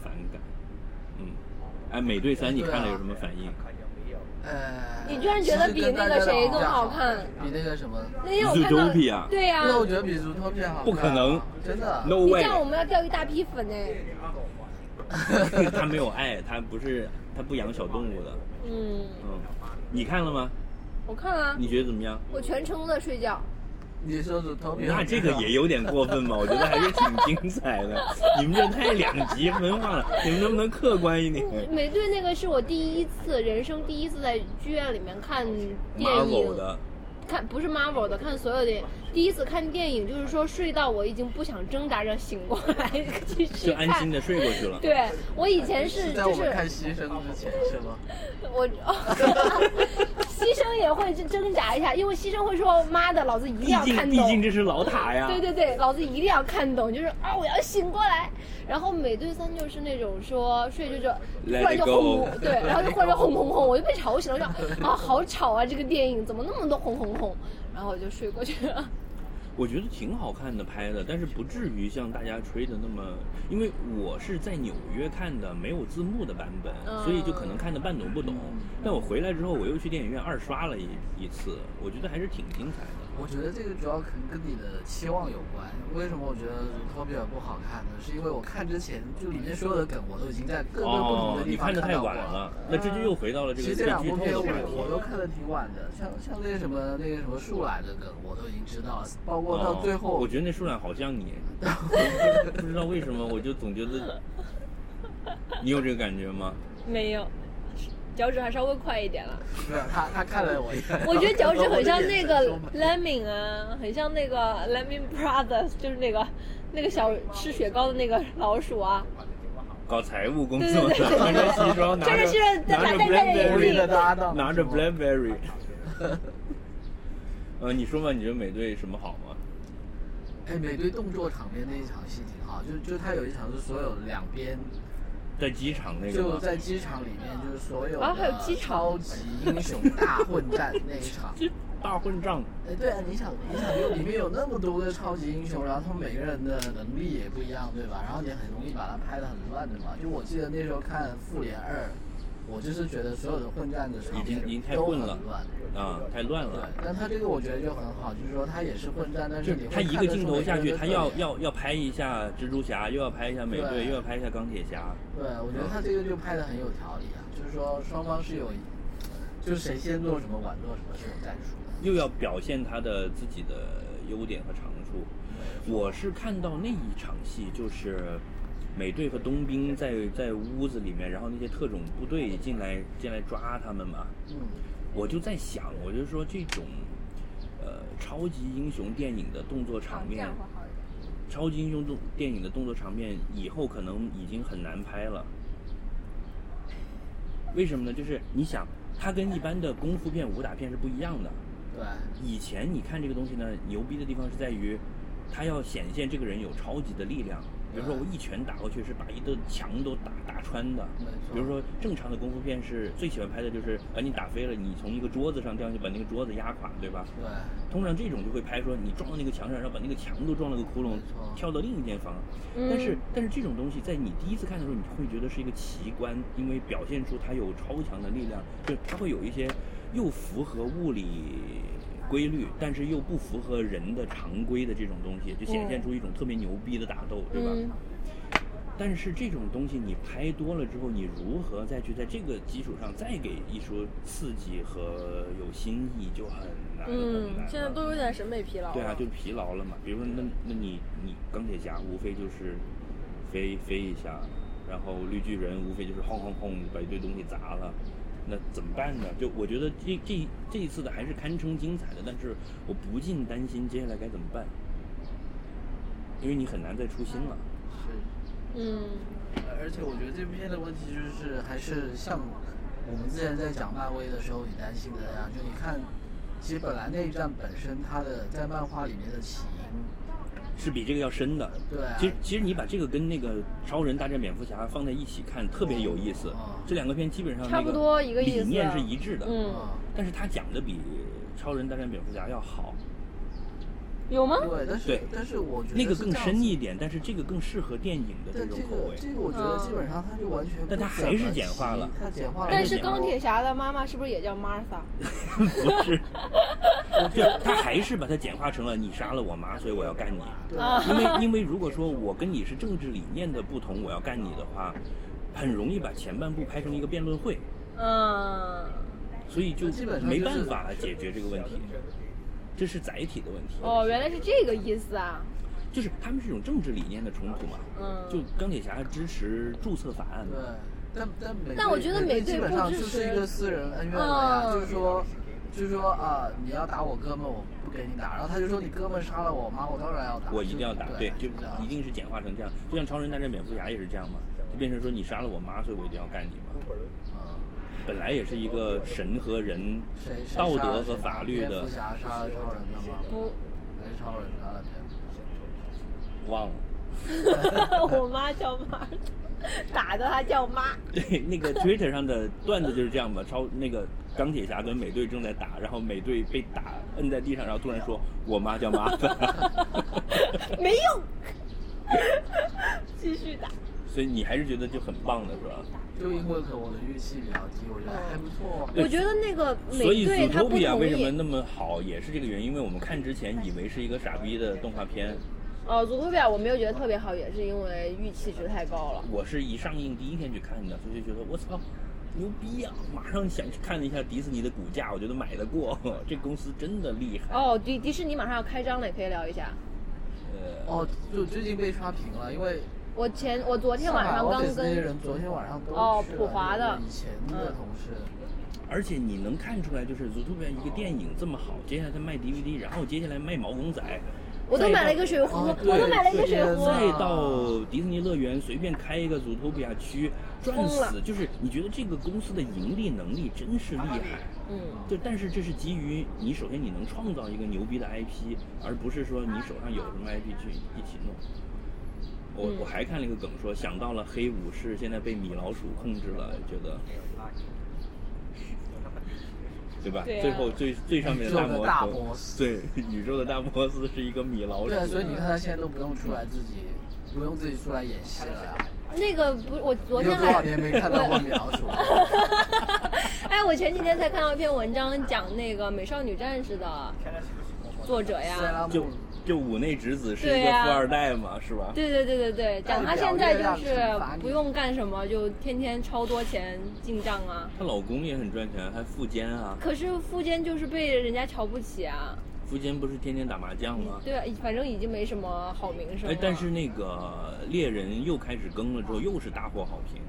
S2: 反感，嗯，哎，美队三你看了有什么反应？
S1: 呃，
S3: 你居然觉得比那个谁更好看？啊
S1: 比那个什么？
S3: 那天我看到
S2: Zootopia
S3: 对呀，
S1: 那我觉得比《如托片》好看啊。
S2: 不可能
S1: 真的。
S2: No
S3: 你这
S2: way，
S3: 样我们要掉一大批粉哎。
S2: 他没有爱，他不是他不养小动物的，
S3: 嗯，
S2: 嗯，你看了吗？
S3: 我看啊，
S2: 你觉得怎么样？
S3: 我全程都在睡觉。
S1: 你说《如托片》，
S2: 那这个也有点过分吧？我觉得还是挺精彩的。你们这太两极分化了，你们能不能客观一点？
S3: 美队那个是我第一次，人生第一次在剧院里面看电
S2: Marvel
S3: 影，
S2: 的，
S3: 看不是 Marvel 的，看所有的。第一次看电影，就是说睡到我已经不想挣扎着醒过来， 继续
S2: 就安
S3: 看
S2: 心。的睡过去了。
S3: 对我以前是
S1: 是在
S3: 就
S1: 我
S3: 是
S1: 们看《牺牲》之前是吗？
S3: 我， 牺牲也会挣扎一下，因为牺牲会说妈的，老子一定
S2: 毕
S3: 要
S2: 竟
S3: 看
S2: 毕竟
S3: 懂。
S2: 这是老塔呀。
S3: 对对对，老子一定要看懂，就是啊，我要醒过来。然后美队三就是那种说睡着就突
S2: Let it
S3: 然就轰
S2: go，
S3: 对，然后就忽然就轰轰轰，我就被吵醒了，我就啊好吵啊，这个电影怎么那么多轰轰轰？然后我就睡过去了。
S2: 我觉得挺好看的拍的，但是不至于像大家吹的那么，因为我是在纽约看的没有字幕的版本，
S3: 嗯
S2: 所以就可能看的半懂不懂。
S1: 嗯
S2: 但我回来之后，我又去电影院二刷了一一次，我觉得还是挺精彩的。
S1: 我觉得这个主要可能跟你的期望有关。为什么我觉得《如托比尔》不好看呢？是因为我看之前就里面所有的梗我都已经在各个不同
S2: 哦
S1: 的，地
S2: 你
S1: 方
S2: 看的
S1: 到
S2: 太
S1: 过嗯
S2: 晚了，那这就又回到了这
S1: 其
S2: 个
S1: 实这
S2: 被
S1: 两
S2: 剧
S1: 部
S2: 透
S1: 片我
S2: 的话题。
S1: 我都看的挺晚的，像像那什么那个什么树懒的梗我都已经知道了，包括到最后，
S2: 哦我觉得那树懒好像你，不知道为什么，我就总觉得，你有这个感觉吗？
S4: 没有，脚趾还稍微快一点了。
S1: 没有他他看了我一眼，
S4: 我觉得脚趾很像那
S1: 我的眼神
S4: 个
S1: 充满
S4: Lemming 啊，很像那个 Lemming Brothers，就是那个那个小吃雪糕的那个老鼠啊。
S2: 搞财务工
S4: 对
S2: 作的，
S4: 对对
S2: 穿着西装，拿
S4: 穿着
S2: 着
S4: 西装
S2: 拿
S4: 戴
S2: 着
S4: 戴戴眼镜
S2: BlackBerry，
S1: 的搭档
S2: 拿着 BlackBerry。呃，你说嘛，你觉得美队什么好吗？
S1: 哎，美队动作场面那一场戏挺好，就就他有一场是所有两边
S2: 在机场那个
S1: 就
S2: 吗？
S1: 在机场里面，就是所有
S4: 啊还有
S1: 的
S4: 机场
S1: 超级英雄大混战那一 场。
S2: 大混账，
S1: 哎，对啊，你想，你想，就里面有那么多个超级英雄，然后他们每个人的能力也不一样，对吧？然后你很容易把它拍得很乱的嘛。就我记得那时候看《复联二》，我就是觉得所有的混战的场
S2: 已经
S1: 面
S2: 已经太
S1: 都
S2: 混
S1: 很
S2: 了
S1: 乱。
S2: 啊，太乱
S1: 对
S2: 了。，
S1: 呃但他这个我觉得就很好，就是说他也是混战，但
S2: 就是
S1: 你会
S2: 他一
S1: 看得
S2: 个镜
S1: 出
S2: 头
S1: 每
S2: 下
S1: 人
S2: 去，
S1: 的
S2: 他
S1: 特
S2: 要
S1: 点
S2: 要要拍一下蜘蛛侠，又要拍一下美队，
S1: 对
S2: 又要拍一下钢铁侠。
S1: 对，我觉得他这个就拍的很有条理啊，就是说双方是有，就是谁先做什么晚做什么是有战术的。
S2: 又要表现他的自己的优点和长处。我是看到那一场戏，就是美队和冬兵在在屋子里面，然后那些特种部队进来进来抓他们嘛。
S1: 嗯，
S2: 我就在想，我就说这种呃超级英雄电影的动作场面，超级英雄动电影的动作场面以后可能已经很难拍了。为什么呢？就是你想，它跟一般的功夫片、武打片是不一样的。
S1: 对，
S2: 以前你看这个东西呢，牛逼的地方是在于，它要显现这个人有超级的力量。比如说，我一拳打过去是把一个墙都打打穿的。
S1: 没错。
S2: 比如，说，正常的功夫片是最喜欢拍的就是，呃，你打飞了，你从一个桌子上这样就把那个桌子压垮，对吧？
S1: 对，
S2: 通常这种就会拍说你撞到那个墙上，然后把那个墙都撞了个窟窿
S1: 没错，
S2: 跳到另一间房。
S4: 嗯
S2: 但是但是这种东西在你第一次看的时候，你会觉得是一个奇观，因为表现出它有超强的力量，就它会有一些又符合物理规律，但是又不符合人的常规的这种东西，就显现出一种特别牛逼的打斗，对吧？
S4: 嗯
S2: 但是这种东西你拍多了之后，你如何再去在这个基础上再给艺术刺激和有新意，就很难很难
S4: 嗯
S2: 了，
S4: 现在都有点审美疲劳了。
S2: 对啊，就疲劳了嘛。比如说那，那你你钢铁侠无非就是飞飞一下，然后绿巨人无非就是轰轰轰把一堆东西砸了，那怎么办呢？就我觉得这这这一次的还是堪称精彩的，但是我不禁担心接下来该怎么办，因为你很难再出新了。
S1: 是。
S4: 嗯，
S1: 而且我觉得这部片的问题就是，还是像我们之前在讲漫威的时候，你担心的那样，就你看，其实本来内战本身它的在漫画里面的起因，
S2: 是比这个要深的，
S1: 对啊
S2: 其实其实你把这个跟那个超人大战蝙蝠侠放在一起看，特别有意思。
S1: 哦
S2: 这两个片基本上那
S4: 差不多一个意思
S2: 理念是一致的。
S4: 嗯
S1: 啊，
S2: 但是他讲的比《超人大战蝙蝠侠》要好，
S4: 有吗？
S2: 嗯
S1: 对，但是
S2: 对
S1: 但是我觉得
S2: 那个
S1: 是
S2: 更
S1: 这样
S2: 深
S1: 子
S2: 一点，但是这个更适合电影的这
S1: 但这
S2: 种
S1: 个
S2: 口味。
S1: 这个我觉
S4: 嗯
S1: 得基本上它就完全不
S2: 但它
S1: 怎么
S2: 还是简化了
S1: 提它简化了。
S4: 但
S2: 是
S4: 是
S2: 钢
S4: 钢铁，侠的妈妈是不是也叫 Martha？
S2: 不是，就他还是把它简化成了你杀了我妈，所以我要干你。
S4: 啊
S2: 因为因为如果说我跟你是政治理念的不同，我要干你的话，很容易把前半部拍成一个辩论会，
S4: 嗯，
S2: 所以就
S1: 基本上
S2: 没
S1: 就是
S2: 办法解决这个问题。这是载体的问题。
S4: 哦，原来是这个意思啊。
S2: 就是他们是一种政治理念的冲突嘛。
S4: 嗯
S2: 就钢铁侠支持注册法案
S1: 对
S2: 嘛。，
S1: 但但美，
S4: 但我觉得
S1: 美
S4: 美
S1: 基
S4: 队
S1: 本
S4: 不
S1: 上
S4: 支
S1: 就是一
S4: 持
S1: 个私人恩怨了呀，
S4: 嗯
S1: 就是说，就是说啊，你要打我哥们，我不给你打，然后他就说你哥们杀了我妈，我当然要打，
S2: 我一定要打，
S1: 就
S2: 对，
S1: 对，
S2: 就
S1: 这样
S2: 一定是简化成这样。就像超人大战蝙蝠侠也是这样嘛，就变成说你杀了我妈，所以我一定要干你嘛。
S1: 嗯
S2: 本来也是一个神和人
S1: 谁谁
S2: 道
S1: 杀
S2: 德
S1: 了谁
S2: 和
S1: 啊
S2: 法律
S1: 蝙
S2: 的
S1: 蝠，侠杀了超人的吗？
S4: 不，
S1: 还是超人杀了蝙蝠侠？
S2: 忘了。
S4: 我妈叫 Martha，打的她叫妈。
S2: 对，那个 Twitter 上的段子就是这样嘛，超那个钢铁侠跟美队正在打，然后美队被打摁在地上，然后突然说：“我妈叫麻烦。
S4: 没用， 继续打。”
S2: 所以你还是觉得就很棒的是吧？
S1: 就因为可能我的预期比较低，我觉得还不错。啊
S2: 对
S4: 我觉得那个
S2: 所以
S4: 美
S2: 《
S4: 队
S2: 祖
S4: 他
S2: 托
S4: 不
S2: 比亚》
S4: 同
S2: 为什么
S4: 意。
S2: 那么好，也是这个原因。因为我们看之前以为是一个傻逼的动画片，
S4: 哦，祖国表我没有觉得特别好，也是因为预期值太高了。
S2: 我是一上映第一天去看的，所以就觉得我操，牛逼啊！马上想去看了一下迪士尼的股价，我觉得买得过， 这公司真的厉害。
S4: 哦，迪迪士尼马上要开张了，也可以聊一下。
S2: 呃，
S1: 哦，就最近被刷屏了，因为
S4: 我前我昨天晚上
S1: 上海
S4: 刚
S1: office 那些
S4: 跟
S1: 人昨天晚上都
S4: 哦
S1: 去了
S4: 普华的嗯
S1: 就是以前的同事，
S2: 而且你能看出来，就是《祖托比亚》一个电影这么好，接下来他卖 DVD，然后接下来卖毛公仔，
S3: 我都买了一个水壶，
S1: 哦对
S3: 我都买了一个水壶
S1: 对。
S2: 再到迪士尼乐园随便开一个祖托比亚区，赚
S3: 疯了
S2: 死！就是你觉得这个公司的盈利能力真是厉害，
S3: 嗯，
S2: 就但是这是基于你首先你能创造一个牛逼的 IP，而不是说你手上有什么 IP 去一起弄。我
S3: 嗯
S2: 我还看了一个梗说，想到了黑武士现在被米老鼠控制了，觉 得，对吧？
S3: 对啊
S2: 最后最最上面的
S1: 宇宙的
S2: 大
S1: 大
S2: 魔头
S1: boss
S2: 对宇宙的大 boss 是一个米老鼠。
S1: 对，啊所以你看他现在都不用出来自己，不用自己出来演戏了呀。
S3: 那个不，我昨
S1: 你有
S3: 天
S1: 多
S3: 还
S1: 少 年没看到过米老 鼠了？
S3: 哎，我前几天才看到一篇文章，讲那个《美少女战士》的作者
S4: 啊
S1: 塞
S3: 呀。
S1: 拉
S2: 就
S1: 姆
S2: 就五内直子是一
S3: 嗯对
S2: 个
S3: 呀
S2: 富二代嘛，是吧？
S3: 对对对对对，讲她现在就是不用干什么，就天天超多钱进账啊。
S2: 她老公也很赚钱，还富坚啊。
S3: 可是富坚就是被人家瞧不起啊，
S2: 富坚不是天天打麻将吗？
S3: 对啊，反正已经没什么好名声了。
S2: 哎，但是那个猎人又开始更了之后，又是大获好评。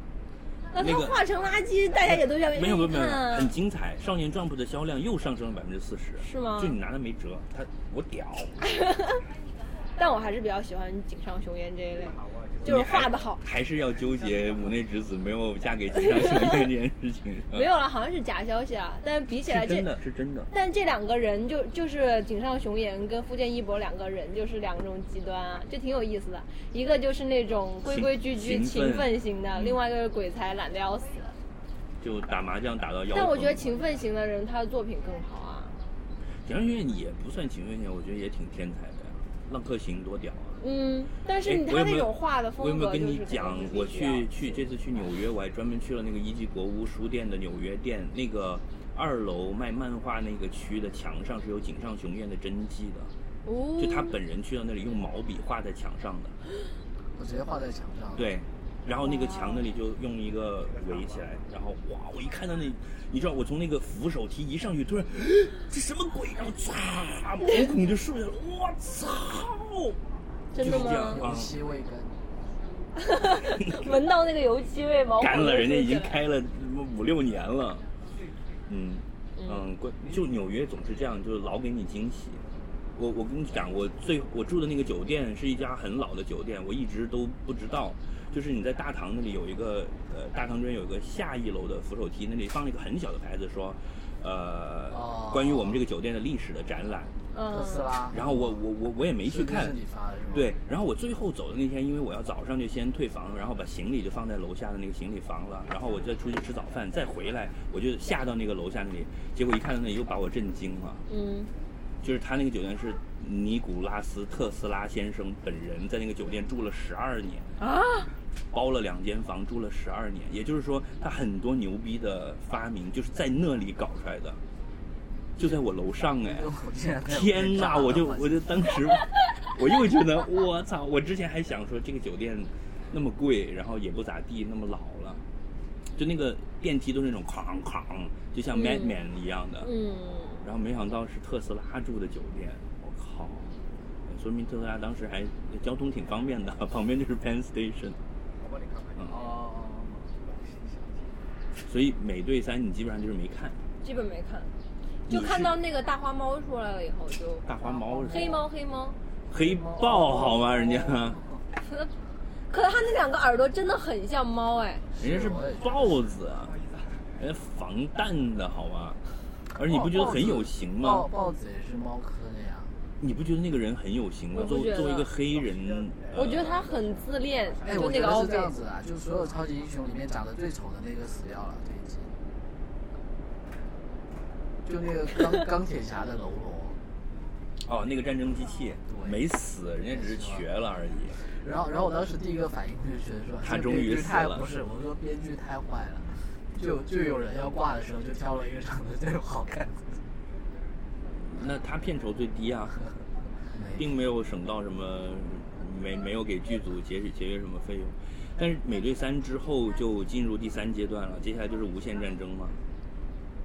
S3: 那
S2: 那
S3: 他
S2: 个
S3: 画成垃圾，大家也都要
S2: 没有没有没有，
S3: 看啊
S2: 很精彩。少年 Jump 的销量又上升了百分之四十，
S3: 是吗
S2: 就你拿他没辙，他我屌，
S3: 但我还是比较喜欢井上雄彦这一类， 就是画的好
S2: 你。还还是要纠结五内直子没有嫁给金上雄彦这件事情上。
S3: 没有了，好像是假消息啊。但比起来
S2: 呃是
S3: 这
S2: 真，的，是真的。
S3: 但这两个人就就是井上雄彦跟福建一博两个人，就是两种极端啊，就挺有意思的。一个就是那种规规矩矩、
S2: 勤勤奋
S3: 勤奋型的，
S2: 嗯
S3: 另外一个是鬼才，懒得要死。
S2: 就打麻将打到腰疼。
S3: 但我觉得勤奋型的人，他的作品更好啊。
S2: 蒋学院也不算勤奋型，我觉得也挺天才的呀。浪客行多屌啊！
S3: 嗯，但是你
S2: 哎我
S3: 他
S2: 有没
S3: 那
S2: 有
S3: 种画的
S2: 我有
S3: 风
S2: 没有
S3: 格，
S2: 跟
S3: 就是
S2: 你
S3: 可能
S2: 讲
S3: 就是，
S2: 我
S3: 比较
S2: 去去这次去纽约，我还专门去了那个一级国屋书店的纽约店，那个二楼卖漫画那个区的墙上是有井上雄彦的真迹的，
S3: 哦，
S2: 就他本人去到那里用毛笔画在墙上的，
S1: 我直接画在墙上。，
S2: 对。然后那个墙那里就用一个围起来，然后哇！我一看到那，你知道我从那个扶手梯一上去，突然 这什么鬼？然后唰，毛孔就竖起来了，我操！
S3: 真的
S2: 就是这样
S3: 吗？
S1: 有西未根。
S3: 闻到那个油漆味， 毛孔
S2: 干
S1: 哦
S2: 了，
S3: 都
S2: 人家
S3: 竖
S2: 已
S3: 起
S2: 经
S3: 来
S2: 开了五六年了。嗯嗯，关就纽约总是这样，就是老给你惊喜。我我跟你讲，我最我住的那个酒店是一家很老的酒店，我一直都不知道。就是你在大堂那里有一个呃，大堂这边有一个下一楼的扶手梯，那里放了一个很小的牌子，说，呃，
S1: 哦
S2: 关于我们这个酒店的历史的展览。
S1: 特
S3: 嗯，
S1: 斯拉。
S2: 然后我我我我也没去看
S1: 是，你发的是吗？
S2: 对，，然后我最后走的那天，因为我要早上就先退房，然后把行李就放在楼下的那个行李房了，然后我再出去吃早饭，再回来，我就下到那个楼下那里，结果一看到那里又把我震惊了，
S3: 嗯，
S2: 就是他那个酒店是尼古拉斯特斯拉先生本人在那个酒店住了十二年啊，包了两间房住了十二年，也就是说他很多牛逼的发明就是在那里搞出来的，就在我楼上哎。
S1: 我竟然没有
S2: 天
S1: 看
S2: 呐，
S1: 到
S2: 我就我就当时，我又觉得我操！我之前还想说这个酒店那么贵，然后也不咋地，那么老了，就那个电梯都是那种哐哐，就像 Madman 一样的。
S3: 嗯，
S2: 然后没想到是特斯拉住的酒店，我靠！说明特斯拉当时还交通挺方便的，旁边就是 Penn Station。嗯，
S1: 哦，
S2: 所以美队三你基本上就是没看，
S3: 基本没看，
S2: 你
S3: 就是看到那个大花猫出来了以后就
S2: 大花猫是吧
S3: 黑猫黑猫，
S2: 黑豹好吗？人家
S1: 哦
S3: 可能可能它那两个耳朵真的很像猫哎，
S2: 人家是豹子，啊人家防弹的好吗？而你不觉得
S1: 哦
S2: 很有型吗
S1: 豹？豹子也是猫科的呀。
S2: 你不觉得那个人很有型吗
S3: 我？不
S2: 作
S3: 觉得
S2: 作为一个黑人，呃
S3: 我觉得它很自恋，
S1: 哎，
S3: 就
S1: 我
S3: 那
S1: 觉
S3: 个
S1: 得
S3: 奥
S1: 是
S3: 比
S1: 这，样子啊，就所有超级英雄里面长得最丑的那个死掉了，这一集。就那个 钢钢铁侠的喽啰，
S2: 哦，那个战争机器
S1: 对
S2: 没死，人家只是瘸了而已。
S1: 然后然后我当时第一个反应就觉得说，
S2: 他
S1: 这
S2: 终
S1: 编
S2: 于
S1: 剧
S2: 死
S1: 太
S2: 了
S1: 不是，我说编剧太坏了，就就有人要挂的时候就挑了一个长得最好看的，
S2: 那他片酬最低 啊，
S1: 没
S2: 并没有省到什么，没没有给剧组节节约什么费用。但是美队三之后就进入第三阶段了，接下来就是无限战争嘛，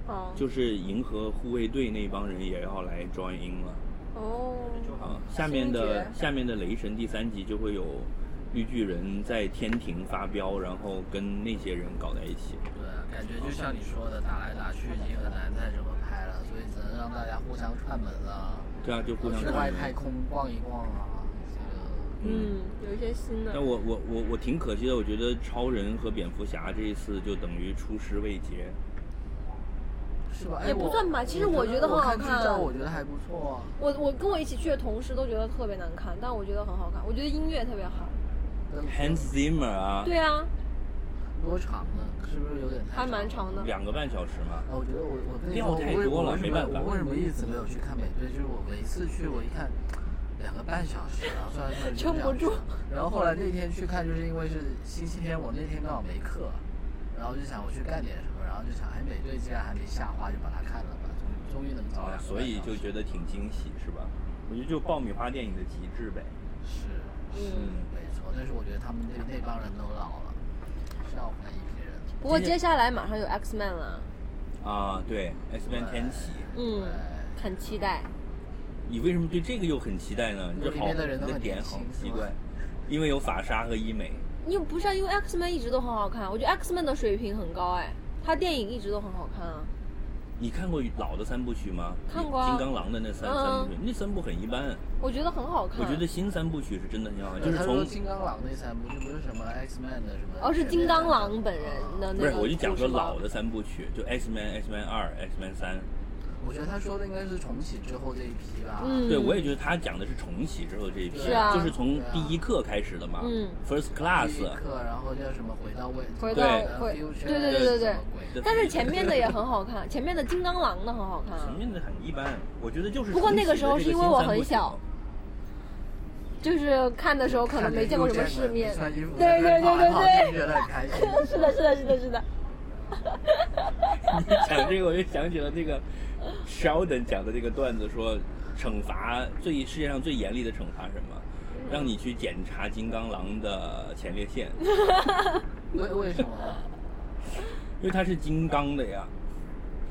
S3: 哦
S2: 就是银河护卫队那帮人也要来 join in 了。
S3: 哦，
S2: 啊，下面的
S3: 星爵
S2: 下面的雷神第三集就会有绿巨人在天庭发飙，然后跟那些人搞在一起。
S1: 对，啊感觉就像你说的，打来打去已经很难再这么拍了，所以只能让大家互相串门了。
S2: 对啊，就互相
S1: 去
S2: 传
S1: 外
S2: 染
S1: 太空逛一逛啊，这
S2: 嗯
S4: 嗯，有一些新的
S2: 但。我我我我挺可惜的，我觉得超人和蝙蝠侠这一次就等于出师未捷。
S1: 个是吧？哎
S3: 也不
S1: 我
S3: 算吧其实
S1: 我
S3: 我觉得很好
S1: 看。
S3: 看啊
S1: 剧照我觉得还不错啊，
S3: 我我跟我一起去的同事都觉得特别难看，但我觉得很好看，我觉得音乐特别好。
S1: 但
S2: Hans Zimmer 啊，
S3: 对啊，
S1: 多长呢？是不是有点太
S3: 还蛮长的。
S2: 两个半小时嘛。
S1: 啊，我觉得我我跟你
S2: 料
S1: 说，我
S2: 太
S1: 为
S2: 多
S1: 我
S2: 了
S1: 为什
S2: 没
S1: 么
S2: 办法嗯
S1: 我为什么一直没有去看美队？就是我每次去我一看，两个半小时，然后算来算去
S3: 撑不
S1: 两
S3: 住
S1: 个小时。然后后来那天去看，就是因为是星期天，我那天刚好没课，然后就想我去干点什么，然后就想，哎，美队既然还没下画，就把它看了吧，终于终于能找两，个
S2: 啊所以就觉
S1: 得
S2: 得挺惊喜，是吧？我觉得就爆米花电影的极致呗。
S1: 是
S3: 嗯
S1: 是嗯没错，但是我觉得他们那那帮人都老了，是要换一批人。
S3: 不过接下来马上有 X Man 了，
S2: 啊，对，X Men 天启，
S3: 嗯，
S1: 对
S3: 很期待。
S2: 你为什么对这个又很期待呢？你这
S1: 里
S2: 好，
S1: 面的人
S2: 你
S1: 都
S2: 的
S1: 很
S2: 点
S1: 年轻
S2: 好
S1: 是
S2: 奇
S1: 吗
S2: 怪，因为有法莎和医美。
S3: 又不是啊，因为 X Man 一直都很好看，我觉得 X Man 的水平很高哎，他电影一直都很好看啊。
S2: 你看过老的三部曲吗？
S3: 看过啊
S2: 金刚狼的那三、
S3: 嗯啊
S2: 三部曲，那三部很一般。
S3: 我觉得很好
S2: 我
S3: 看。
S2: 觉得新三部曲是真的挺好看，就
S1: 对
S2: 是
S1: 他
S2: 从
S1: 说金刚狼那三部，就不是什么 X Man 的什么，
S3: 哦，是金刚狼本人
S1: 啊
S3: 的
S2: 不
S3: 那
S2: 是，
S3: 个。
S2: 我就讲说老。的三部曲，就 X Men、X Men 二、X Men 三。
S1: 我觉得他说的应该是重启之后这一批吧。
S3: 嗯，
S2: 对，我也觉得他讲的是重启之后这一批，
S1: 是
S3: 啊
S2: 就是从第一课开始的嘛。
S3: 嗯
S2: First
S1: 第一
S2: Class。
S1: 课，然后叫什么？回到未，
S3: 回
S2: 到
S3: 回
S1: future，
S3: 对对
S2: 对对
S3: 对
S1: 什么鬼
S2: 对
S3: 但是前面的也很好看，前面的金刚狼的很好看啊。
S2: 前面的很一般，我觉得就是。
S3: 不过那个时候是因为我很小，就是看的时候可能没见过什么世面。
S1: 穿衣服
S3: 对对对对
S1: 就觉得很开心。
S3: 对，是 的，是的，是的，是的。
S2: 你讲哎这个，我就想起了那个 Sheldon 讲的这个段子说，惩罚最世界上最严厉的惩罚是什么？让你去检查金刚狼的前列腺，
S1: 为为什么？
S2: 因为它是金刚的呀，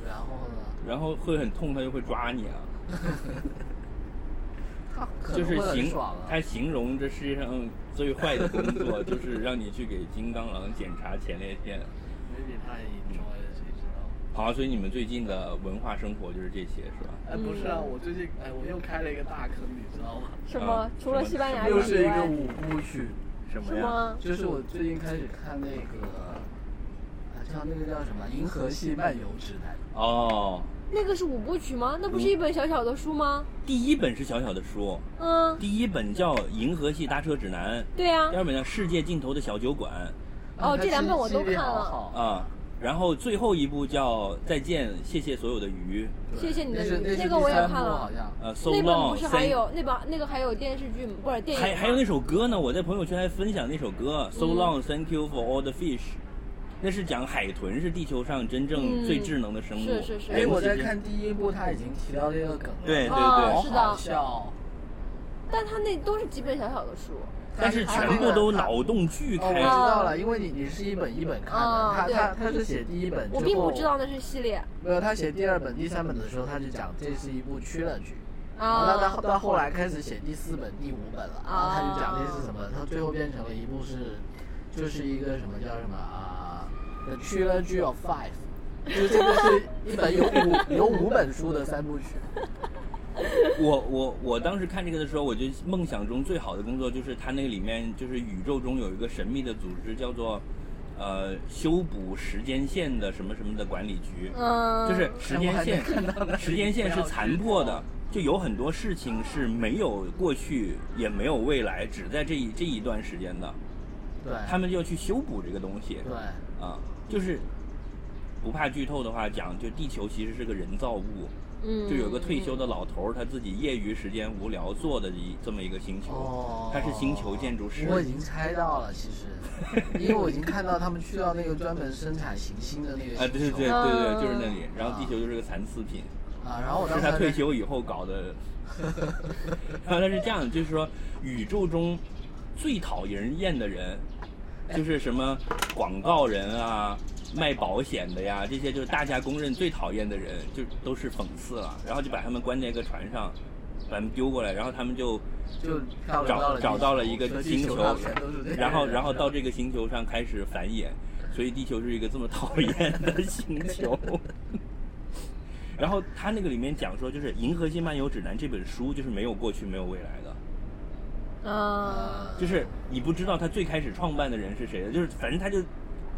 S1: 然后呢？
S2: 然后会很痛，它就会抓你啊。
S1: 他可
S2: 就
S1: 能
S2: 是
S1: 会很
S2: 形
S1: 爽啊，
S2: 他形容这世界上最坏的工作，就是让你去给金刚狼检查前列腺。
S1: 没比他 enjoy 的谁知道？
S2: 好、所以你们最近的文化生活就是这些，是吧？
S1: 哎，不是啊，
S3: 嗯
S1: 我最近哎，我又开了一个大坑，你知道吗？
S3: 什么
S2: 嗯？
S3: 除了西班牙
S1: 又
S3: 语
S1: 是
S3: 以
S1: 一个
S3: 外，
S1: 五部曲。
S2: 什么
S3: 是
S2: 呀？
S3: 吗？
S1: 就是我最近开始看那个，啊，叫那个叫什么《银河系漫游指南
S2: 哦，
S3: 那个是五部曲吗？那不是一本小小的书吗？
S2: 第一本是小小的书，
S3: 嗯，
S2: 第一本叫《银河系搭车指南》，
S3: 对呀
S2: 第。二本叫《世界尽头的小酒馆》》
S3: 哦
S1: 啊它
S3: 这两本我
S1: 记
S3: 都
S1: 记忆力
S3: 看
S1: 好
S3: 了
S1: 好
S2: 啊，然后最后一部叫《再见，谢谢所有的鱼
S1: 对
S3: 谢谢你的
S1: 那是
S3: 理
S1: 那是
S3: 解那个
S1: 第
S3: 我也
S1: 三
S3: 看
S1: 部
S3: 了
S1: 好像》。
S2: 呃，So
S3: 那本
S2: long，
S3: 不是还
S2: thank-
S3: 有那本那个还有电视剧吗不是电影吗？
S2: 还还有那首歌呢，我在朋友圈还分享那首歌《So
S3: 嗯
S2: Long Thank You for All the Fish》，那是讲海豚是地球上真正
S3: 嗯
S2: 最智能的生物。
S3: 是是是
S1: 哎，
S2: 人
S1: 我
S2: 是
S1: 在
S2: 真
S1: 看第一部，他已经提到这个梗了，
S2: 对对对
S3: 哦
S1: 好
S3: 是
S1: 好
S3: 的
S1: 笑哦。
S3: 但他那都是几本小小的书。
S2: 但是全部都脑洞巨
S1: 哦，我
S2: 开
S1: 知。道了，因为你你是一本一本看的
S3: 哦，
S1: 他
S3: 对
S1: 他他是写第一本之后，
S3: 我并不知道那是系列
S1: 没有，他写第二本、第三本的时候，他就讲这是一部缺了剧。然后到
S3: 啊
S1: 到到后来开始写第四本、第五本了，然后他就讲这是什么，他最后变成了一部是，就是一个什么叫什么啊、t h e Trilogy of Five，就是这个是一本有五有五本书的三部曲。
S2: 我我我当时看这个的时候，我就梦想中最好的工作就是它那个里面就是宇宙中有一个神秘的组织叫做。呃，修补时间线的什么什么的管理局，
S3: 嗯
S2: 就是时
S1: 哎我
S2: 间
S1: 还没
S2: 线
S1: 看到那，里
S2: 时间线是
S1: 不要哦
S2: 残
S1: 剧
S2: 破的
S1: 透，
S2: 就有很多事情是没有过去，也没有未来，只在这一这一段时间的，
S1: 对，
S2: 他们就要去修补这个东西。
S1: 哎对，
S2: 啊，就是不怕剧透的话讲，就地球其实是个人造物，
S3: 嗯
S2: 就有个退休的老头儿，他自己业余时间无聊做的一这么一个星球，
S1: 哦，
S2: 他是星球建筑师。
S1: 我已经猜到了，其实，因为我已经看到他们去到那个专门生产行星的那个
S2: 啊，对对
S1: 星球
S2: 对对对，就是那里
S1: 啊。
S3: 嗯
S2: 然后地球就是个残次品，
S1: 啊，然后我当时
S2: 是他
S1: 还
S2: 退
S1: 在
S2: 休以后 搞的。然后他是这样，就是说宇宙中最讨人厌的人，就是什么广告人啊、卖保险的呀，这些就是大家公认最讨厌的人，就都是讽刺了。然后就把他们关在一个船上，把他们丢过来，然后他们就
S1: 就漂流到
S2: 找
S1: 了
S2: 找
S1: 地
S2: 到了
S1: 球
S2: 一个
S1: 所以地
S2: 星
S1: 球
S2: 球
S1: 上全都是这，些
S2: 然后
S1: 人
S2: 然后到这个星球上开始繁 衍，所以地球是一个这么讨厌的星球。然后他那个里面讲说，就是《银河系漫游指南》这本书就是没有过去，没有未来的。
S1: 呃
S3: 啊，
S2: 就是你不知道他最开始创办的人是谁的，就是反正他就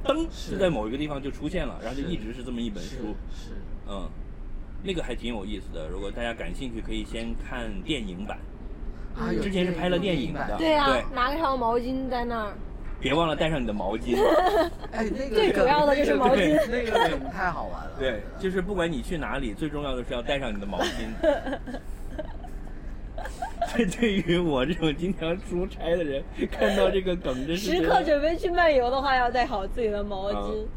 S2: 噔
S1: 是
S2: 就在某一个地方就出现了，然后就是一直是这么一本
S1: 是
S2: 书，
S1: 是，
S2: 嗯，那个还挺有意思的。如果大家感兴趣，可以先看电影版。
S1: 啊，有
S2: 之前是拍了
S1: 电
S2: 电影的
S1: 版
S3: 对啊
S2: 对，
S3: 拿个条毛巾在那儿，
S2: 别忘了带上你的毛巾。
S1: 哎，那个
S3: 最主要的就是
S1: 梗
S3: 毛
S2: 巾
S1: 那个梗太好玩了。
S2: 对，就是不管你去哪里，最重要的是要带上你的毛巾。这对于我这种经常出差的人，看到这个梗，真
S4: 时
S2: 是觉
S4: 刻
S2: 得
S4: 准备去漫游的话，要带好自己的毛巾
S2: 嗯。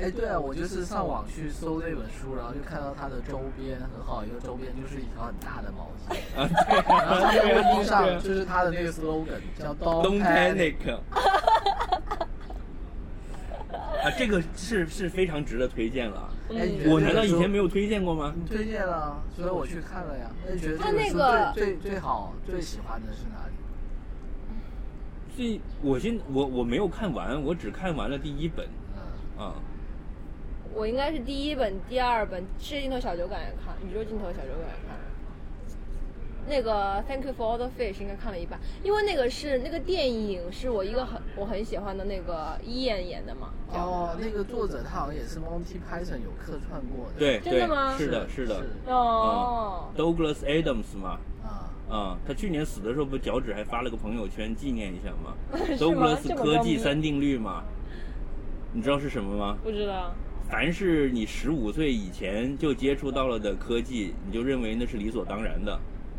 S1: 哎，对啊，我就是上网去搜这本书，然后就看到它的周边，很好一个周边就是一条很大的毛 巾，
S2: 啊，对
S1: 然后
S2: 啊，
S1: 它
S2: 对
S1: 的
S2: 啊，
S1: 徽
S2: 对
S1: 上
S2: 啊
S1: 就是它的那个 slogan 叫
S2: Don't
S1: “Don't
S2: panic。啊，这个是是非常值得推荐了。啊
S1: 哎，你觉得
S2: 我难道以前没
S1: 有？
S2: 有推荐过吗？
S1: 你推荐了，所以我去看了呀。那你觉得这
S3: 它
S1: 本
S3: 那
S1: 书
S3: 个
S1: 最最最好、最喜欢的是哪里？
S2: 这我现我我没有看完，我只看完了第一本
S1: 嗯，
S2: 啊。
S3: 我应该是第一本、第二本《世界尽头小酒馆》也看，《宇宙尽头小酒馆》也看。那个《Thank You for All the Fish》应该看了一半，因为那个是那个电影是我一个很我很喜欢的那个伊演演的嘛。
S1: 哦，那个作者他好像也是 Monty Python 有客串过的。
S2: 对
S3: 真
S2: 对
S3: 的吗，
S2: 是的，是的。
S3: 哦，
S2: Douglas Adams 嘛，
S1: 啊，
S2: 啊，他去年死的时候不脚趾还发了个朋友圈纪念一下吗？
S4: 是
S2: 德
S4: 吗
S2: 古拉斯
S4: 这么
S2: 科
S4: 高
S2: 技
S4: 明
S2: 三定律嘛，你知道是什么吗？
S4: 不知道，
S2: 凡是你十五岁以前就接触到了的科技，你就认为那是理所当然的。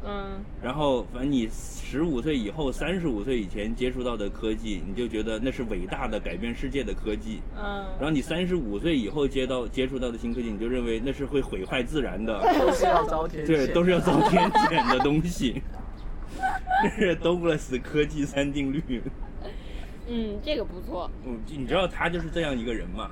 S4: 嗯，
S2: 然后，反正你十五岁以后、三十五岁以前接触到的科技，你就觉得那是伟大的、改变世界的科技。然
S4: 嗯，
S2: 后你三十五岁以后接到接触到的新科技，你就认为那是会毁坏自然的，
S1: 都是要遭天
S2: 对，
S1: 谴
S2: 都是要遭天谴的东西。 这是德布勒斯科技三定律。
S4: 嗯，这个不错，
S2: 嗯，你知道他就是这样一个人嘛？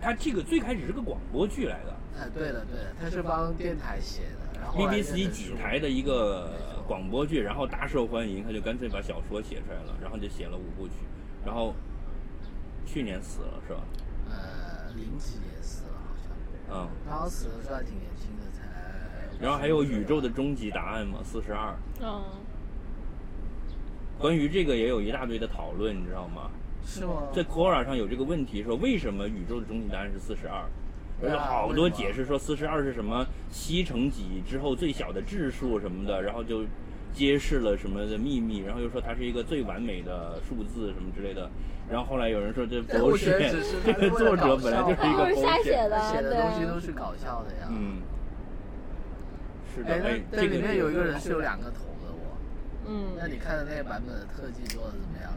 S2: 他这个最开始是个广播剧来的
S1: 哎，对了对了，他是帮电台写的，然后后来变
S2: ，BBC
S1: 成
S2: 几
S1: 书
S2: 台的一个广播剧，然后大受欢迎，他就干脆把小说写出来了，然后就写了五部曲，然后去年死了是吧？
S1: 呃零几年死了好像，
S2: 嗯，
S1: 然后死的时候还挺年轻的，才
S2: 然后还有《宇宙的终极答案》嘛，四十二，
S4: 嗯，
S2: 关于这个也有一大堆的讨论，你知道吗？
S1: 是吗？
S2: 在 Quora 上有这个问题，说为什么宇宙的终极答案是四十二？
S1: 哎
S2: 有好多解释说四十二是什么西乘几之后最小的质数什么的，然后就揭示了什么的秘密，然后又说它是一个最完美的数字什么之类的。然后后来有人说这
S1: 但哎我觉得
S2: bullshit，
S1: 只是
S2: 这
S1: 他
S2: 个
S1: 是为
S2: 作
S1: 了
S2: 者
S1: 搞
S2: 本来
S1: 笑
S2: 就是一
S3: 都
S2: 个
S3: 是瞎写
S2: bullshit。
S3: 的，
S1: 写的
S3: 对啊
S1: 东西都是搞笑的呀。
S2: 嗯，是的，
S1: 哎，
S2: 哎
S1: 那，那
S2: 这个
S1: 里面有一个人是有
S2: 是
S1: 两个头的我，
S4: 嗯，
S1: 那你看的那个版本的特技做的怎么样？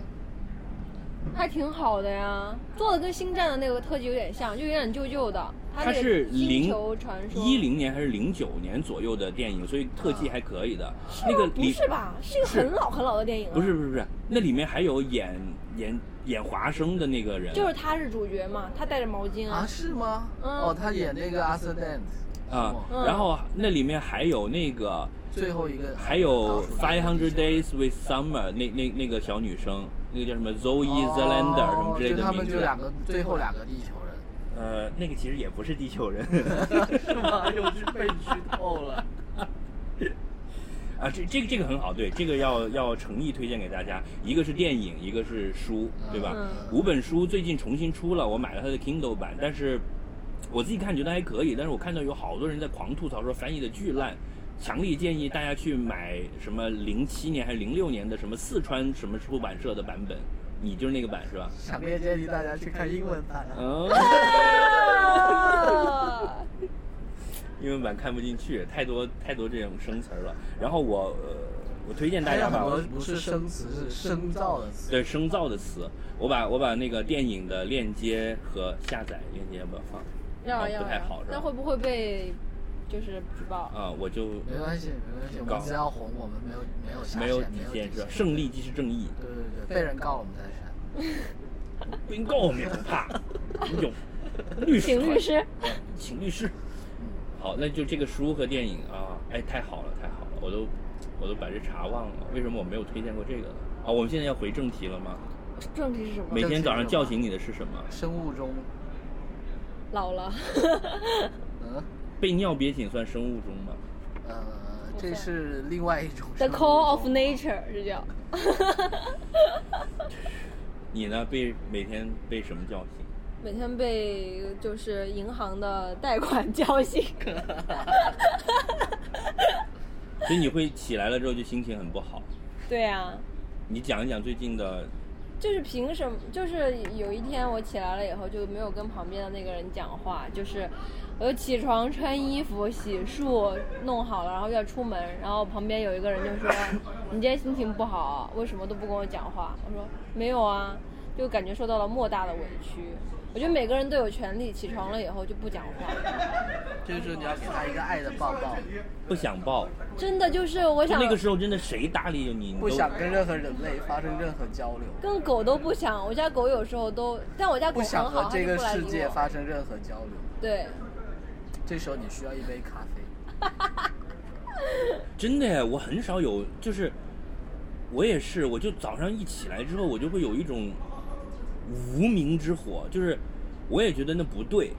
S3: 还挺好的呀，做的跟星战的那个特技有点像，就有点旧旧的。
S2: 它
S3: 那个
S2: 是
S3: 星
S2: 零
S3: 球传说
S2: 一零年还是零九年左右的电影，所以特
S1: 啊
S2: 技还可以的。那个
S3: 哦不
S2: 里
S3: 是吧？是一个很老很老的电影了。啊
S2: 不是，不是不是，那里面还有演演演华生的那个人，
S3: 就是他是主角嘛，他带着毛巾
S1: 啊，
S3: 啊。
S1: 是吗？
S3: 嗯
S1: 哦，他演那个阿瑟 dance
S2: 啊，
S1: 嗯
S2: 然后那里面还有那个
S1: 最后一个
S2: 还有
S1: 倒数
S2: Five Hundred Days with Summer 那那那个小女生，那个叫什么 Zoe Zelander、什么之类
S1: 哦哦就
S2: 的
S1: 他
S2: 名
S1: 们就
S2: 字，
S1: 两个最后两个地球人，
S2: 呃，那个其实也不是地球人
S1: 是吗？又是被剧透 了。
S2: 啊，这这个这个很好，对，这个要要诚意推荐给大家，一个是电影，一个是书，对吧？
S1: 嗯
S2: 五本书最近重新出了，我买了它的 Kindle 版，但是我自己看觉得还可以，但是我看到有好多人在狂吐槽说翻译的巨烂，强烈建议大家去买什么零七年还是零六年的什么四川什么出版社的版本，你就是那个版是吧？
S1: 强烈建议大家去看英文版啊。
S2: 嗯，
S4: 啊
S2: 英文版看不进去，太多太多这种生词儿了。然后我呃，我推荐大
S1: 还有
S2: 家
S1: 很
S2: 把
S1: 多不是生词，是生造的词。
S2: 对呃生造的词，我把我把那个电影的链接和下载链接要不要放？
S3: 要
S2: 啊
S3: 要
S2: 不太好
S3: 要，
S2: 是
S3: 那
S2: 吧
S3: 会？不会被就是举报？
S2: 啊，我就
S1: 没关系，没关系，我
S2: 告
S1: 们只要红，我们没有没有下
S2: 没有
S1: 限
S2: 底
S1: 没有
S2: 线
S1: 底
S2: 是吧？
S1: 线
S2: 胜利即是正义，
S1: 对对对，被人告了我们再删。
S2: 被告我们也不怕，有律师，
S4: 请律师，
S2: 请律师。好，那就这个书和电影啊，哎，太好了，太好了，我都我都把这茶忘了，为什么我没有推荐过这个呢？啊，我们现在要回正题了吗？
S3: 正题是什么？
S2: 每天早上
S1: 哦正题是什么
S2: 叫醒你的是什么？
S1: 生物钟，
S3: 老了，
S1: 嗯，
S2: 被尿憋紧算生物钟吗？
S1: 呃，这是另外一种。
S4: The call of nature 是叫。
S2: 你呢？被每天被什么叫醒？
S3: 每天被就是银行的贷款 叫醒。
S2: 所以你会起来了之后就心情很不好。
S4: 对啊。
S2: 你讲一讲最近的。
S3: 就是凭什么？就是有一天我起来了以后就没有跟旁边的那个人讲话，就是我起床、穿衣服、洗漱弄好了，然后要出门，然后旁边有一个人就说：“你今天心情不好，啊为什么都不跟我讲话？”我说：“没有啊。”就感觉受到了莫大的委屈。我觉得每个人都有权利起床了以后就不讲话。
S1: 这个时候你要给他一个爱的抱抱。
S2: 不想抱。
S3: 真的就是我想
S2: 那个时候真的谁搭理你？你
S1: 不想跟任何人类发生任何交流。
S3: 跟狗都不想，我家狗有时候都，但我家狗
S1: 不想
S3: 很好
S1: 和这个
S3: 它就不来
S1: 世
S3: 理
S1: 界
S3: 我
S1: 发生任何交流。
S3: 对，
S1: 这时候你需要一杯咖啡。
S2: 真的呀，我很少有，就是我也是，我就早上一起来之后，我就会有一种无名之火，就是我也觉得那不对，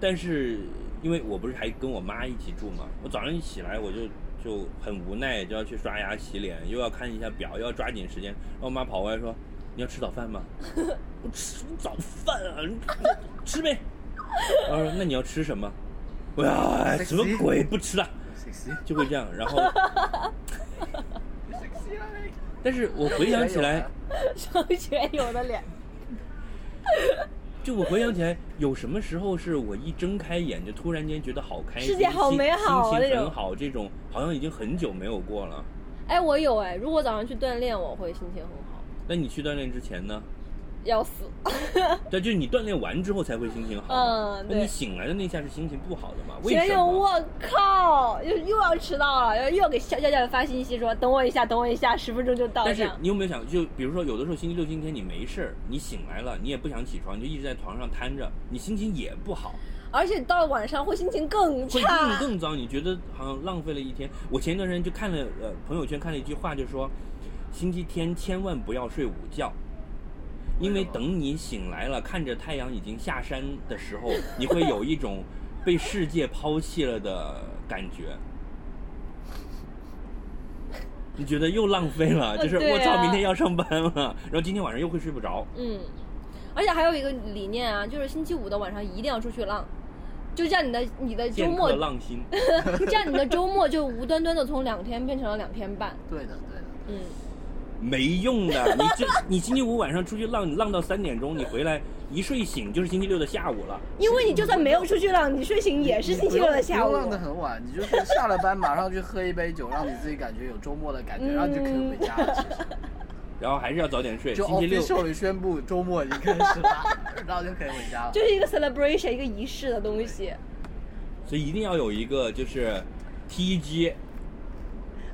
S2: 但是因为我不是还跟我妈一起住嘛，我早上一起来我就就很无奈，就要去刷牙洗脸，又要看一下表，又要抓紧时间，然后我妈跑过来说：“你要吃早饭吗？” 我吃什么早饭啊？你吃呗。然后说：“那你要吃什么？”我要哎什么鬼？不吃了。
S1: sexy
S2: 就会这样，然 后，但是我回想起
S3: 啊
S2: 来，
S3: 上学有的脸。
S2: 就我回想起来，有什么时候是我一睁开眼就突然间觉得好开心，
S3: 世界好
S2: 心
S3: 美好啊
S2: 心情
S3: 那种
S2: 很好，这种好像已经很久没有过了。
S3: 哎，我有哎，如果早上去锻炼，我会心情很好，
S2: 那你去锻炼之前呢？
S3: 要死。
S2: 对，就是你锻炼完之后才会心情好嘛。
S3: 嗯
S2: 那
S3: 对
S2: 你醒来的那一下是心情不好的嘛？ 为
S3: 学
S2: 什
S3: 友，
S2: 么？
S3: 我靠，又又要迟到了，又又给笑笑笑发信息说等我一下，等我一下，十分钟就到。
S2: 但
S3: 这
S2: 是
S3: 样
S2: 你有没有想，就比如说有的时候星期六、星期天你没事儿，你醒来了，你也不想起床，你就一直在床上瘫着，你心情也不好。
S3: 而且到了晚上会心情更
S2: 会更
S3: 差。
S2: 更糟，你觉得好像浪费了一天。我前一段时间就看了呃朋友圈看了一句话，就说星期天千万不要睡午觉，因为
S1: 为什么
S2: 等你醒来了，看着太阳已经下山的时候，你会有一种被世界抛弃了的感觉。你觉得又浪费了，就是
S3: 对啊
S2: 我操，明天要上班了，然后今天晚上又会睡不着。
S3: 嗯，而且还有一个理念啊，就是星期五的晚上一定要出去浪，就这样你的你的周
S2: 剑
S3: 末
S2: 客，浪心，
S3: 这样你的周末就无端端的从两天变成了两天半。
S1: 对的，对的。
S3: 嗯，
S2: 没用的， 你这你星期五晚上出去浪，你浪到三点钟，你回来一睡醒就是星期六的下午了。
S3: 因为你就算没有出去浪，你睡醒也是星期六的下
S1: 不
S3: 午。啊
S1: 用浪得很晚，你就是下了班马上去喝一杯酒，让你自己感觉有周末的感觉，然后你就可以回家了。其实
S2: 然后还是要早点睡。
S1: 就
S2: 嗯星期六
S1: officially 宣布周末已经开始了，然后就可以回家了
S3: 就。是一个 celebration，一个仪式的东西。
S2: 所以一定要有一个就是 T G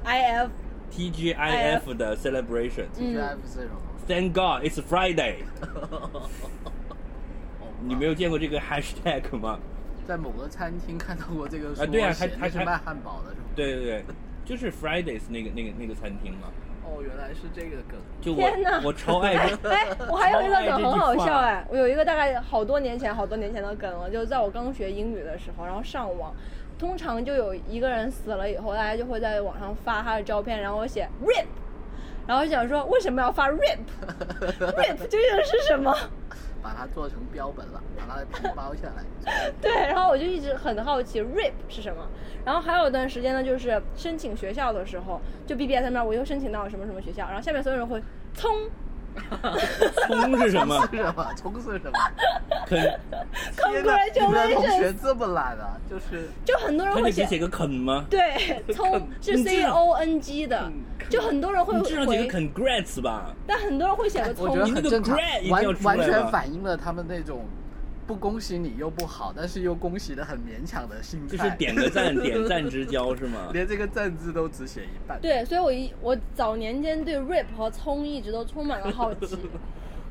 S3: I F，
S2: T G I F 的 celebration。
S3: 嗯
S1: T F 这种，
S2: Thank God it's Friday。你没有见过这个 hashtag 吗？
S1: 在某个餐厅看到过这个说
S2: 啊对啊
S1: 写
S2: 还
S1: 那是
S2: 还
S1: 卖汉堡的是吗？
S2: 对对对，就是 Fridays 那个那个那个餐厅嘛。
S1: 哦，原来是这个梗。
S2: 就我
S3: 天哪
S2: 我超爱这
S3: 哎，我还有一个梗很好笑
S2: 超爱
S3: 哎，我有一个大概好多年前、好多年前的梗了，就是在我刚学英语的时候，然后上网，通常就有一个人死了以后，大家就会在网上发他的照片，然后写 RIP，然后就想说为什么要 发 RIP，RIP 究竟是什么？
S1: 把它做成标本了，把它的皮剥下来。
S3: 对，然后我就一直很好奇 RIP 是什么。然后还有一段时间呢，就是申请学校的时候，就 BBS 上面我又申请到了什么什么学校，然后下面所有人会冲
S2: 葱是 什么
S1: 是什么？虫是什么？
S2: 啃，
S1: 天哪
S3: Congratulations
S1: 你们的同学这么懒啊？就是
S3: 就很多人
S2: 他
S3: 会
S2: 就
S3: 写
S2: 只写个啃吗？
S3: 对，葱是
S2: 你
S3: C E
S2: 知
S3: O N G 的，
S2: 嗯
S3: 就很多人会
S2: 你至少写
S3: 回
S2: 个，congrats 吧。
S3: 但很多人会写个
S1: 我
S3: 葱
S1: 觉。得
S2: 你那
S1: 很
S2: 个
S1: 正常
S2: grad 一，定要
S1: 完
S2: 出来
S1: 完全
S2: 吧
S1: 反映了他们那种不恭喜你又不好，但是又恭喜的很勉强的心态。
S2: 就是点个 赞，点赞之交是吗？
S1: 连这个赞字都只写一半。，
S3: 对，所以我一我早年间对 rip 和葱一直都充满了好 奇，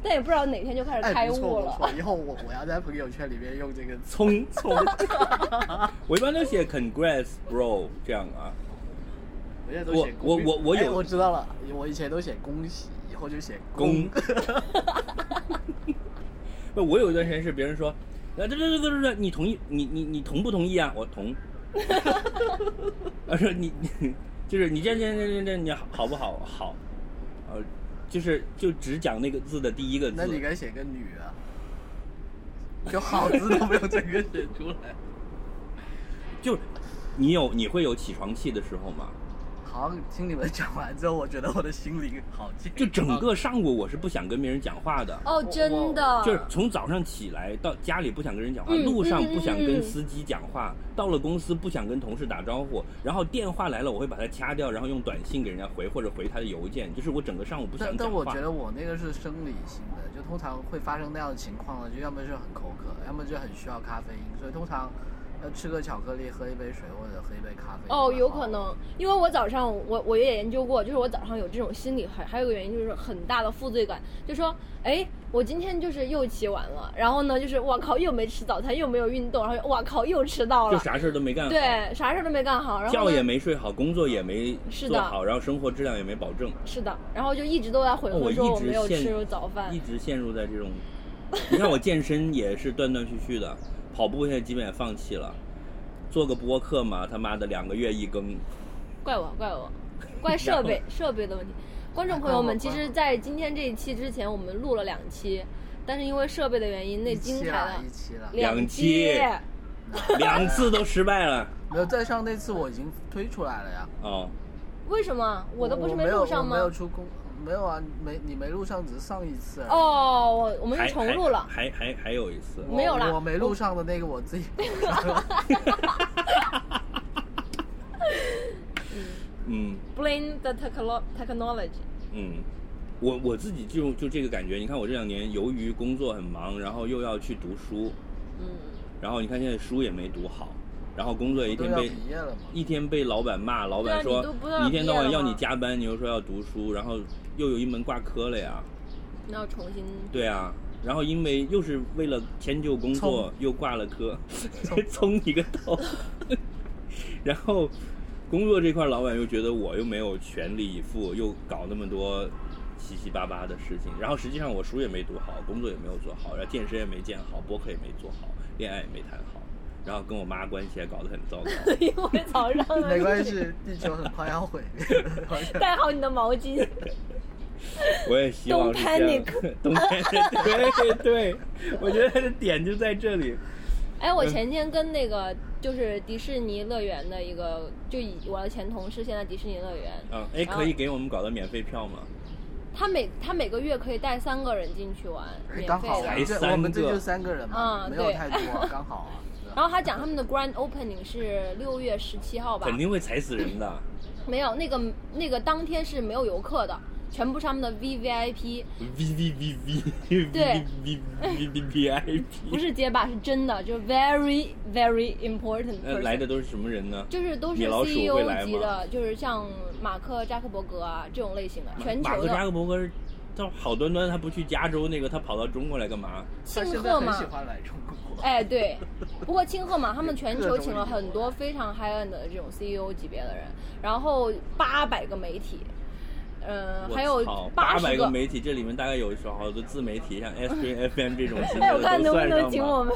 S3: 但也不知道哪天就开始
S1: 哎，
S3: 开
S1: 不错
S3: 悟
S1: 不错，
S3: 了。
S1: 以后我我要在朋友圈里面用这个词。
S2: 葱葱， 我一般都写 congrats bro 这样啊。
S1: 我现在都写
S2: 我我
S1: 恭
S2: 我我有
S1: 哎我知道了，我以前都写恭喜，以后就写
S2: 公， 不，我有一段时间是别人说，啊，对对对对对，你同意，你你你同不同意啊？我同， 我说你，你就是你这这这这这你好不好？好，呃，就是就只讲那个字的第一个字。
S1: 那你该写个女啊，就好字都没有整个写出来。
S2: 就你有你会有起床气的时候吗？
S1: 好，听你们讲完之后，我觉得我的心灵好静。
S2: 就整个上午我是不想跟别人讲话的，
S3: 哦，真的，
S2: 就是从早上起来到家里不想跟人讲话，
S3: 嗯
S2: 路上
S3: 嗯嗯
S2: 不想
S3: 嗯
S2: 跟
S3: 嗯
S2: 司机讲话，到了公司不想跟同事打招呼，然后电话来了我会把它掐掉，然后用短信给人家回或者回他的邮件，就是我整个上午不想
S1: 但
S2: 讲话。
S1: 但我觉得我那个是生理性的，就通常会发生那样的情况呢，就要么是很口渴，要么就很需要咖啡因，所以通常要吃个巧克力，喝一杯水或者喝一杯咖啡。
S3: 哦，有可。能，因为我早上我我也研究过，就是我早上有这种心理，还还有一个原因就是很大的负罪感，就说，哎，我今天就是又起晚了，然后呢，就是我靠，又没吃早餐，又没有运动，然后我靠，又迟到
S2: 就
S3: 了，
S2: 啥事儿都没干好，
S3: 对，啥事儿都没干好，然后
S2: 觉
S3: 呢
S2: 也没睡好，工作也没
S3: 是
S2: 做
S3: 的
S2: 好，然后生活质量也没保证。
S3: 是的，然后就一直都在悔
S2: 哦我
S3: 恨
S2: 一
S3: 说我
S2: 直
S3: 没有
S2: 陷
S3: 吃早饭
S2: 一，直陷入在这种。你看我健身也是断断续续的，跑步现在基本也放弃了，做个播客嘛，他妈的两个月一更，
S3: 怪我，怪 我，怪设备设备的问题。观众朋友
S1: 啊
S3: 们，
S1: 怪
S3: 其
S1: 我
S3: 实，在今天这一期之前，我们录了两期，但是因为设备的原因，那
S1: 一
S3: 精
S1: 期
S3: 彩
S1: 啦
S3: 的，
S1: 一期啊啦。
S3: 两
S2: 两期 两次都失败了。
S1: 没有，在上那次我已经推出来了呀。
S2: 哦，
S3: 为什么我的不是
S1: 没有
S3: 录上
S1: 我
S3: 吗
S1: 没？有出公，没有啊，没你没录上，只是上一次而已。啊
S3: 哦，我我们
S2: 还
S3: 是重录了，
S2: 还还还还有一次，
S1: 我，
S3: 没有啦
S1: 我没录上的那个我自己补上了。
S2: 嗯
S3: blame the techno technology。
S2: 嗯，我我自己就就这个感觉，你看我这两年由于工作很忙，然后又要去读书，
S3: 嗯，
S2: 然后你看现在书也没读好，然后工作也一
S1: 都
S2: 天
S1: 要
S2: 被
S1: 毕业了嘛。
S2: 一天被老板骂，老板
S3: 对啊
S2: 说
S3: 你都不知道
S2: 一天到
S3: 毕
S2: 晚
S3: 业
S2: 要
S3: 了吗
S2: 你加班，你又说要读书，然后又有一门挂科了呀，
S3: 那要重 新
S2: 对啊，然后因为又是为了迁就工作又挂了科， 冲你个头，然后工作这块老板又觉得我又没有全力以赴，又搞那么多七七八八的事情，然后实际上我书也没读好，工作也没有做好，然后健身也没健好，播客也没做好，恋爱也没谈好。然后跟我妈关系也搞得很糟糕，
S3: 因为早上的
S1: 没关
S3: 历史，
S1: 系，地球很快要毁灭了。 好像
S3: 带好你的毛巾。
S2: 我也希望
S3: Don't
S2: 是这样。东 对对，我觉得他的点就在这里。
S3: 哎，
S2: 嗯
S3: 我前天跟那个就是迪士尼乐园的一个，就以我的前同事，现在迪士尼乐园，
S2: 嗯，哎，可以给我们搞到免费票吗？
S3: 他每他每个月可以带三个人进去玩，
S2: 哎
S3: 免
S1: 刚
S3: 费
S1: 好我
S3: 的
S2: 还
S1: 们这
S2: 三
S1: 我们这
S2: 个
S1: 就三个人嘛，
S3: 嗯
S1: 没有
S3: 对
S1: 太多，刚 好啊。是吧
S3: 然后他讲他们的 grand opening 是六月十七号吧？
S2: 肯定会踩死人 的。
S3: 没有，那个那个当天是没有游客的，全部是他们的 V V I P，
S2: V V V V V V V V V I
S3: 不
S2: P，
S3: 是结巴，是真的，就是 very very important
S2: 那
S3: person。
S2: 呃来的都是什么人呢？
S3: 就是都是
S2: 米老鼠会
S3: CEO
S2: 来
S3: 级
S2: 吗
S3: 的，就是像马克扎克伯格啊这种类型的，全
S2: 马
S3: 球
S2: 克扎克
S3: 的
S2: 伯格，他好端端他不去加州那个，他跑到中国来干嘛？
S1: 他
S3: 庆
S1: 现在
S3: 贺
S1: 很
S3: 嘛
S1: 喜。欢来中 国。
S3: 哎，对，不过庆贺嘛，他们全 球请了很
S1: 各种理由
S3: 多非常 high end 的这种 CEO 级别的人，然后八百个媒体，嗯、还有
S2: 八
S3: 十
S2: 百个媒体，这里面大概有好多自媒体，像 S P F M 这种 型
S3: 哎，我
S2: 的
S3: 看
S2: 都
S3: 能不
S2: 算
S3: 能
S2: 上
S3: 请
S2: 吧。
S3: 我们。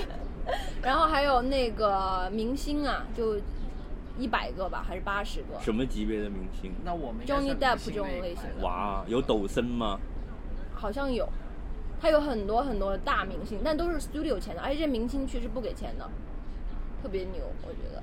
S3: 然后还有那个明星啊，就一百个吧，还是八十个？
S2: 什么级别的明星？
S1: 那我们应该
S3: Johnny
S1: 算
S3: Depp
S1: 明星
S3: 这种
S1: 那一
S3: 类
S1: 块
S3: 型
S1: 的
S2: 哇，有抖森吗？
S3: 好像有，他有很多很多的大明星，但都是 studio 钱的，哎而且这明星去是不给钱的，特别牛，我觉得。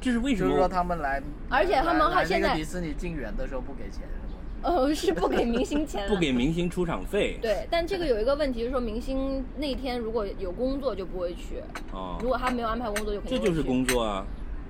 S2: 这是为什
S1: 就是说
S2: 么？
S1: 他们来，
S3: 而且他们
S1: 来
S3: 还
S1: 来
S3: 现
S1: 那个
S3: 在
S1: 迪士尼进园的时候不给钱是吗？
S3: 呃，是不给明星钱了
S2: 不给明星出场费。
S3: 对，但这个有一个问题，就是说明星那天如果有工作就不会去，
S2: 啊，
S3: 如果他没有安排工作就肯
S2: 这
S3: 定会
S2: 就是
S3: 去
S2: 工作啊，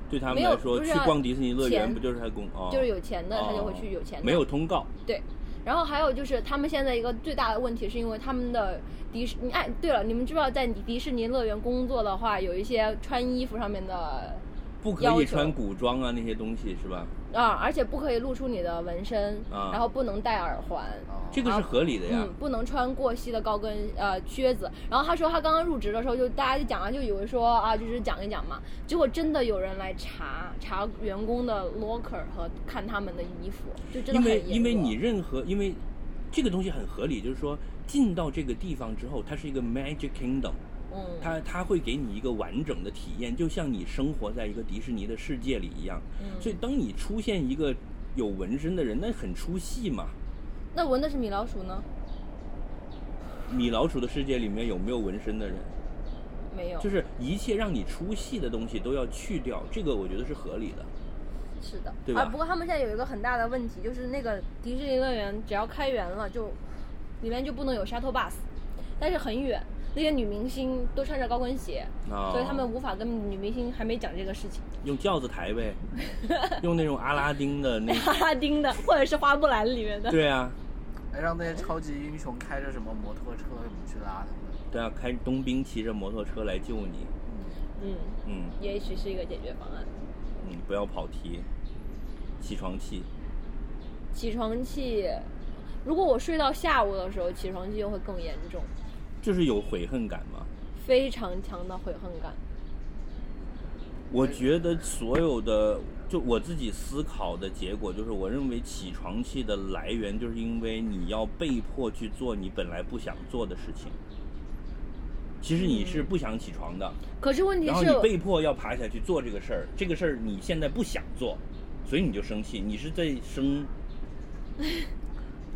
S2: 对他们
S3: 没有
S2: 来说，
S3: 不
S2: 去
S3: 是啊
S2: 逛迪士尼乐园
S3: 钱
S2: 不就是他工哦？
S3: 就是有钱的他就会
S2: 哦
S3: 去有钱的，
S2: 没有通告，
S3: 对。然后还有就是，他们现在一个最大的问题，是因为他们的迪士尼，哎，对了，你们知不知道在迪士尼乐园工作的话，有一些穿衣服上面的
S2: 不可
S3: 要
S2: 以
S3: 求
S2: 穿古装啊那些东西是吧？
S3: 啊，而且不可以露出你的纹身，
S2: 啊
S3: 然后不能戴耳环，
S1: 哦
S2: 这个是合理的呀
S3: 嗯，。不能穿过膝的高跟呃靴子。然后他说他刚刚入职的时候就，大家就讲啊，就以为说啊，就是讲一讲嘛。结果真的有人来查查员工的 locker 和看他们的衣服，就真的
S2: 因
S3: 很
S2: 为
S3: 严格
S2: 因为你任何因为这个东西很合理，就是说进到这个地方之后，它是一个 magic kingdom，
S3: 嗯，
S2: 它它会给你一个完整的体验，就像你生活在一个迪士尼的世界里一样。
S3: 嗯
S2: 所以当你出现一个有纹身的人，那很出戏嘛。
S3: 那闻的是米老鼠呢？
S2: 米老鼠的世界里面有没有纹身的人？
S3: 没有，
S2: 就是一切让你出戏的东西都要去掉，这个我觉得是合理的。
S3: 是的，
S2: 对吧
S3: 啊，不过他们现在有一个很大的问题，就是那个迪士尼乐园只要开园了，就里面就不能有 shuttle bus，但是很远，那些女明星都穿着高跟鞋，
S2: 啊、
S3: 所以他们无法跟女明星还没讲这个事情。
S2: 用轿子抬呗，用那种阿拉丁的 那，
S3: 阿拉丁的，或者是花木兰里面的，
S2: 对啊，
S1: 哎，让那些超级英雄开着什么摩托车什么去拉他们。
S2: 对啊，开冬兵骑着摩托车来救你，
S3: 嗯，
S2: 嗯
S3: 也许是一个解决方案。
S2: 嗯，不要跑题，起床气，
S3: 起床气，如果我睡到下午的时候，起床气就会更严重，
S2: 就是有悔恨感嘛。
S3: 非常强的悔恨感。
S2: 我觉得所有的，就我自己思考的结果，就是我认为起床气的来源，就是因为你要被迫去做你本来不想做的事情。其实你是不想起床的，
S3: 可是问题
S2: 然后
S3: 是
S2: 你，被迫要爬起来去做这个事儿，这个事儿你现在不想做，所以你就生气，你是在生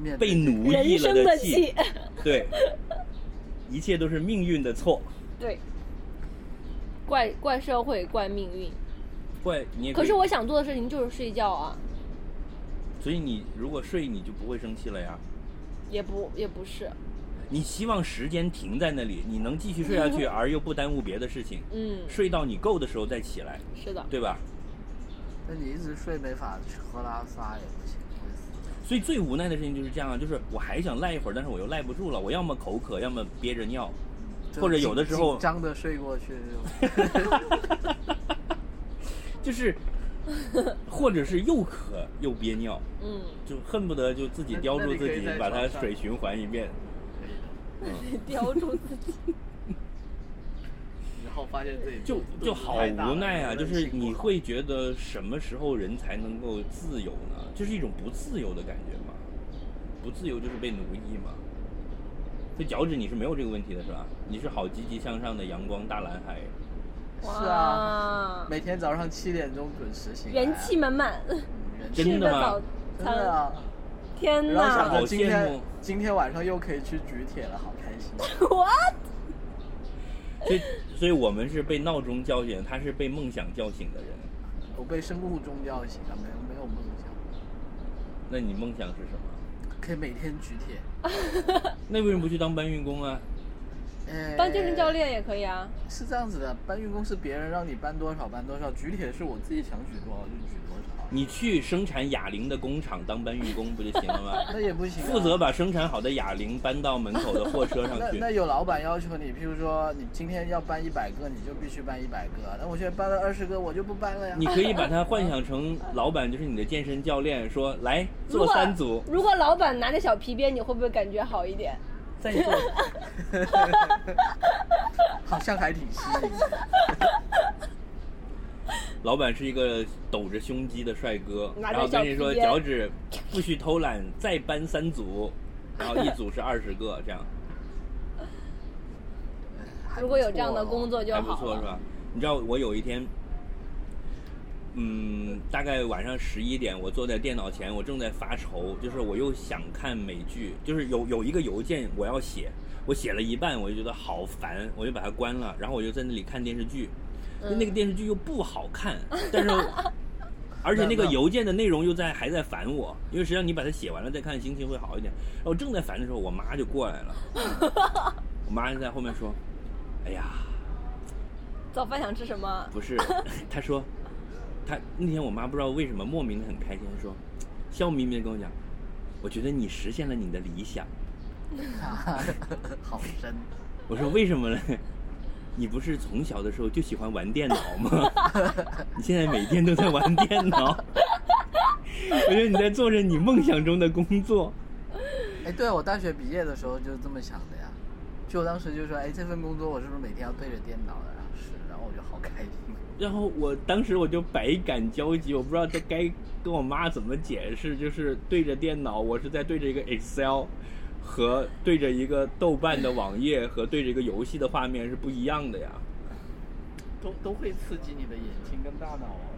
S1: 面对
S2: 被奴
S3: 人
S2: 役了
S3: 生的
S2: 气
S3: 气，
S2: 对，一切都是命运的错，
S3: 对，怪怪社会，怪命运。
S2: 怪你也
S3: 可
S2: 以
S3: 是我，想做的事情就是睡觉啊，
S2: 所以你如果睡你就不会生气了呀。
S3: 也不也不是，
S2: 你希望时间停在那里，你能继续睡下 去，而又不耽误别的事情，
S3: 嗯，
S2: 睡到你够的时候再起来，
S3: 是的，
S2: 对吧？
S1: 那你一直睡没法喝拉撒也不行，会死。
S2: 所以最无奈的事情就是这样啊，就是我还想赖一会儿，但是我又赖不住了，我要么口渴，要么憋着尿，
S1: 就
S2: 或者
S1: 紧
S2: 有的时候
S1: 紧张的睡过去就，
S2: 就是，或者是又渴又憋尿，
S3: 嗯，
S2: 就恨不得就自己叼住自
S1: 那那你
S2: 己
S1: 可以，在
S2: 把它
S1: 床上
S2: 水循环一遍。
S3: 叼住自己。
S1: 然后发现自己
S2: 就
S1: 肚子
S2: 就好
S1: 太大
S2: 无
S1: 了
S2: 奈啊！
S1: 有
S2: 就
S1: 点辛
S2: 是
S1: 苦
S2: 你
S1: 了
S2: 会觉得什么时候人才能够自由呢？就是一种不自由的感觉嘛，不自由就是被奴役嘛。所以脚趾你是没有这个问题的是吧？你是好积极向上的阳光大蓝海，
S1: 是啊，
S3: 哇，
S1: 每天早上七点钟准时醒来啊，
S3: 元气满满，
S1: 嗯元气
S2: 真的
S3: 早
S2: 吗？
S1: 真的
S3: 餐，
S1: 啊。
S3: 天
S1: 然后想
S3: 哪
S2: 好
S1: 着今
S2: 羡慕
S1: 天今天晚上又可以去举铁了，好开心。
S3: ，what？
S2: 所以所以我们是被闹钟叫醒，他是被梦想叫醒的人。
S1: 我被生物钟叫醒了，没有没有梦想，
S2: 那你梦想是什么？
S1: 可以每天举铁。
S2: 那为什么不去当搬运工啊？
S1: 哎
S3: 当健身教练也可以啊，
S1: 是这样子的，搬运工是别人让你搬多少搬多少，举铁是我自己想举多少就举多少，
S2: 你去生产哑铃的工厂当搬运工不就行了 吗？
S1: 那也不行啊、
S2: 负责把生产好的哑铃搬到门口的货车上
S1: 那
S2: 去
S1: 那。有老板要求你，譬如说你今天要搬一百个，你就必须搬一百个。那我现在搬了二十个，我就不搬了呀。
S2: 你可以把它幻想成老板就是你的健身教练，说来
S3: 如果
S2: 做三 组，
S3: 如果老板拿着小皮鞭，你会不会感觉好一点？
S1: 再做，好像还挺吸引的。
S2: 老板是一个抖着胸肌的帅哥，
S3: 拿着
S2: 然后跟你说
S3: 小皮鞭
S2: 脚趾不许偷懒，再搬三组，然后一组是二十个，这样
S1: 还不错哦
S3: 如果有这样 的工，作就
S2: 还不
S3: 好
S2: 错是
S3: 了。
S2: 吧？你知道我有一天，嗯，大概晚上十一点，我坐在电脑前，我正在发愁，就是我又想看美剧，就是有有一个邮件我要写，我写了一半我就觉得好烦，我就把它关了，然后我就在那里看电视剧，
S3: 嗯
S2: 那个电视剧又不好 看，但是我。而且那个
S1: 那那
S2: 邮件的内容又在还在烦我，因为实际上你把它写完了再看，心情会好一点。然后我正在烦的时候，我妈就过来 了，我妈就在后面说：“哎呀，
S3: 早饭想吃什么？
S2: 不是， 他说，他那天我妈不知道为什么莫名的很开心，她说，笑眯眯的跟我讲，我觉得你实现了你的理想。
S1: 好深。
S2: 我说为什么呢？ 你不是从小的时候就喜欢玩电脑吗？ 你现在每天都在玩电脑， 我觉得你在做着你梦想中的工作。
S1: 哎，对我大学毕业的时候就这么想的呀，就我当时就说，哎，这份工作我是不是每天要对着电脑的？然后是，然后我就好开心。
S2: 然后我当时我就百感交集，我不知道这该跟我妈怎么解释，就是对着电脑，我是在对着一个 Excel，和对着一个豆瓣的网页和对着一个游戏的画面是不一样的呀。
S1: 都都会刺激你的眼睛跟大脑啊。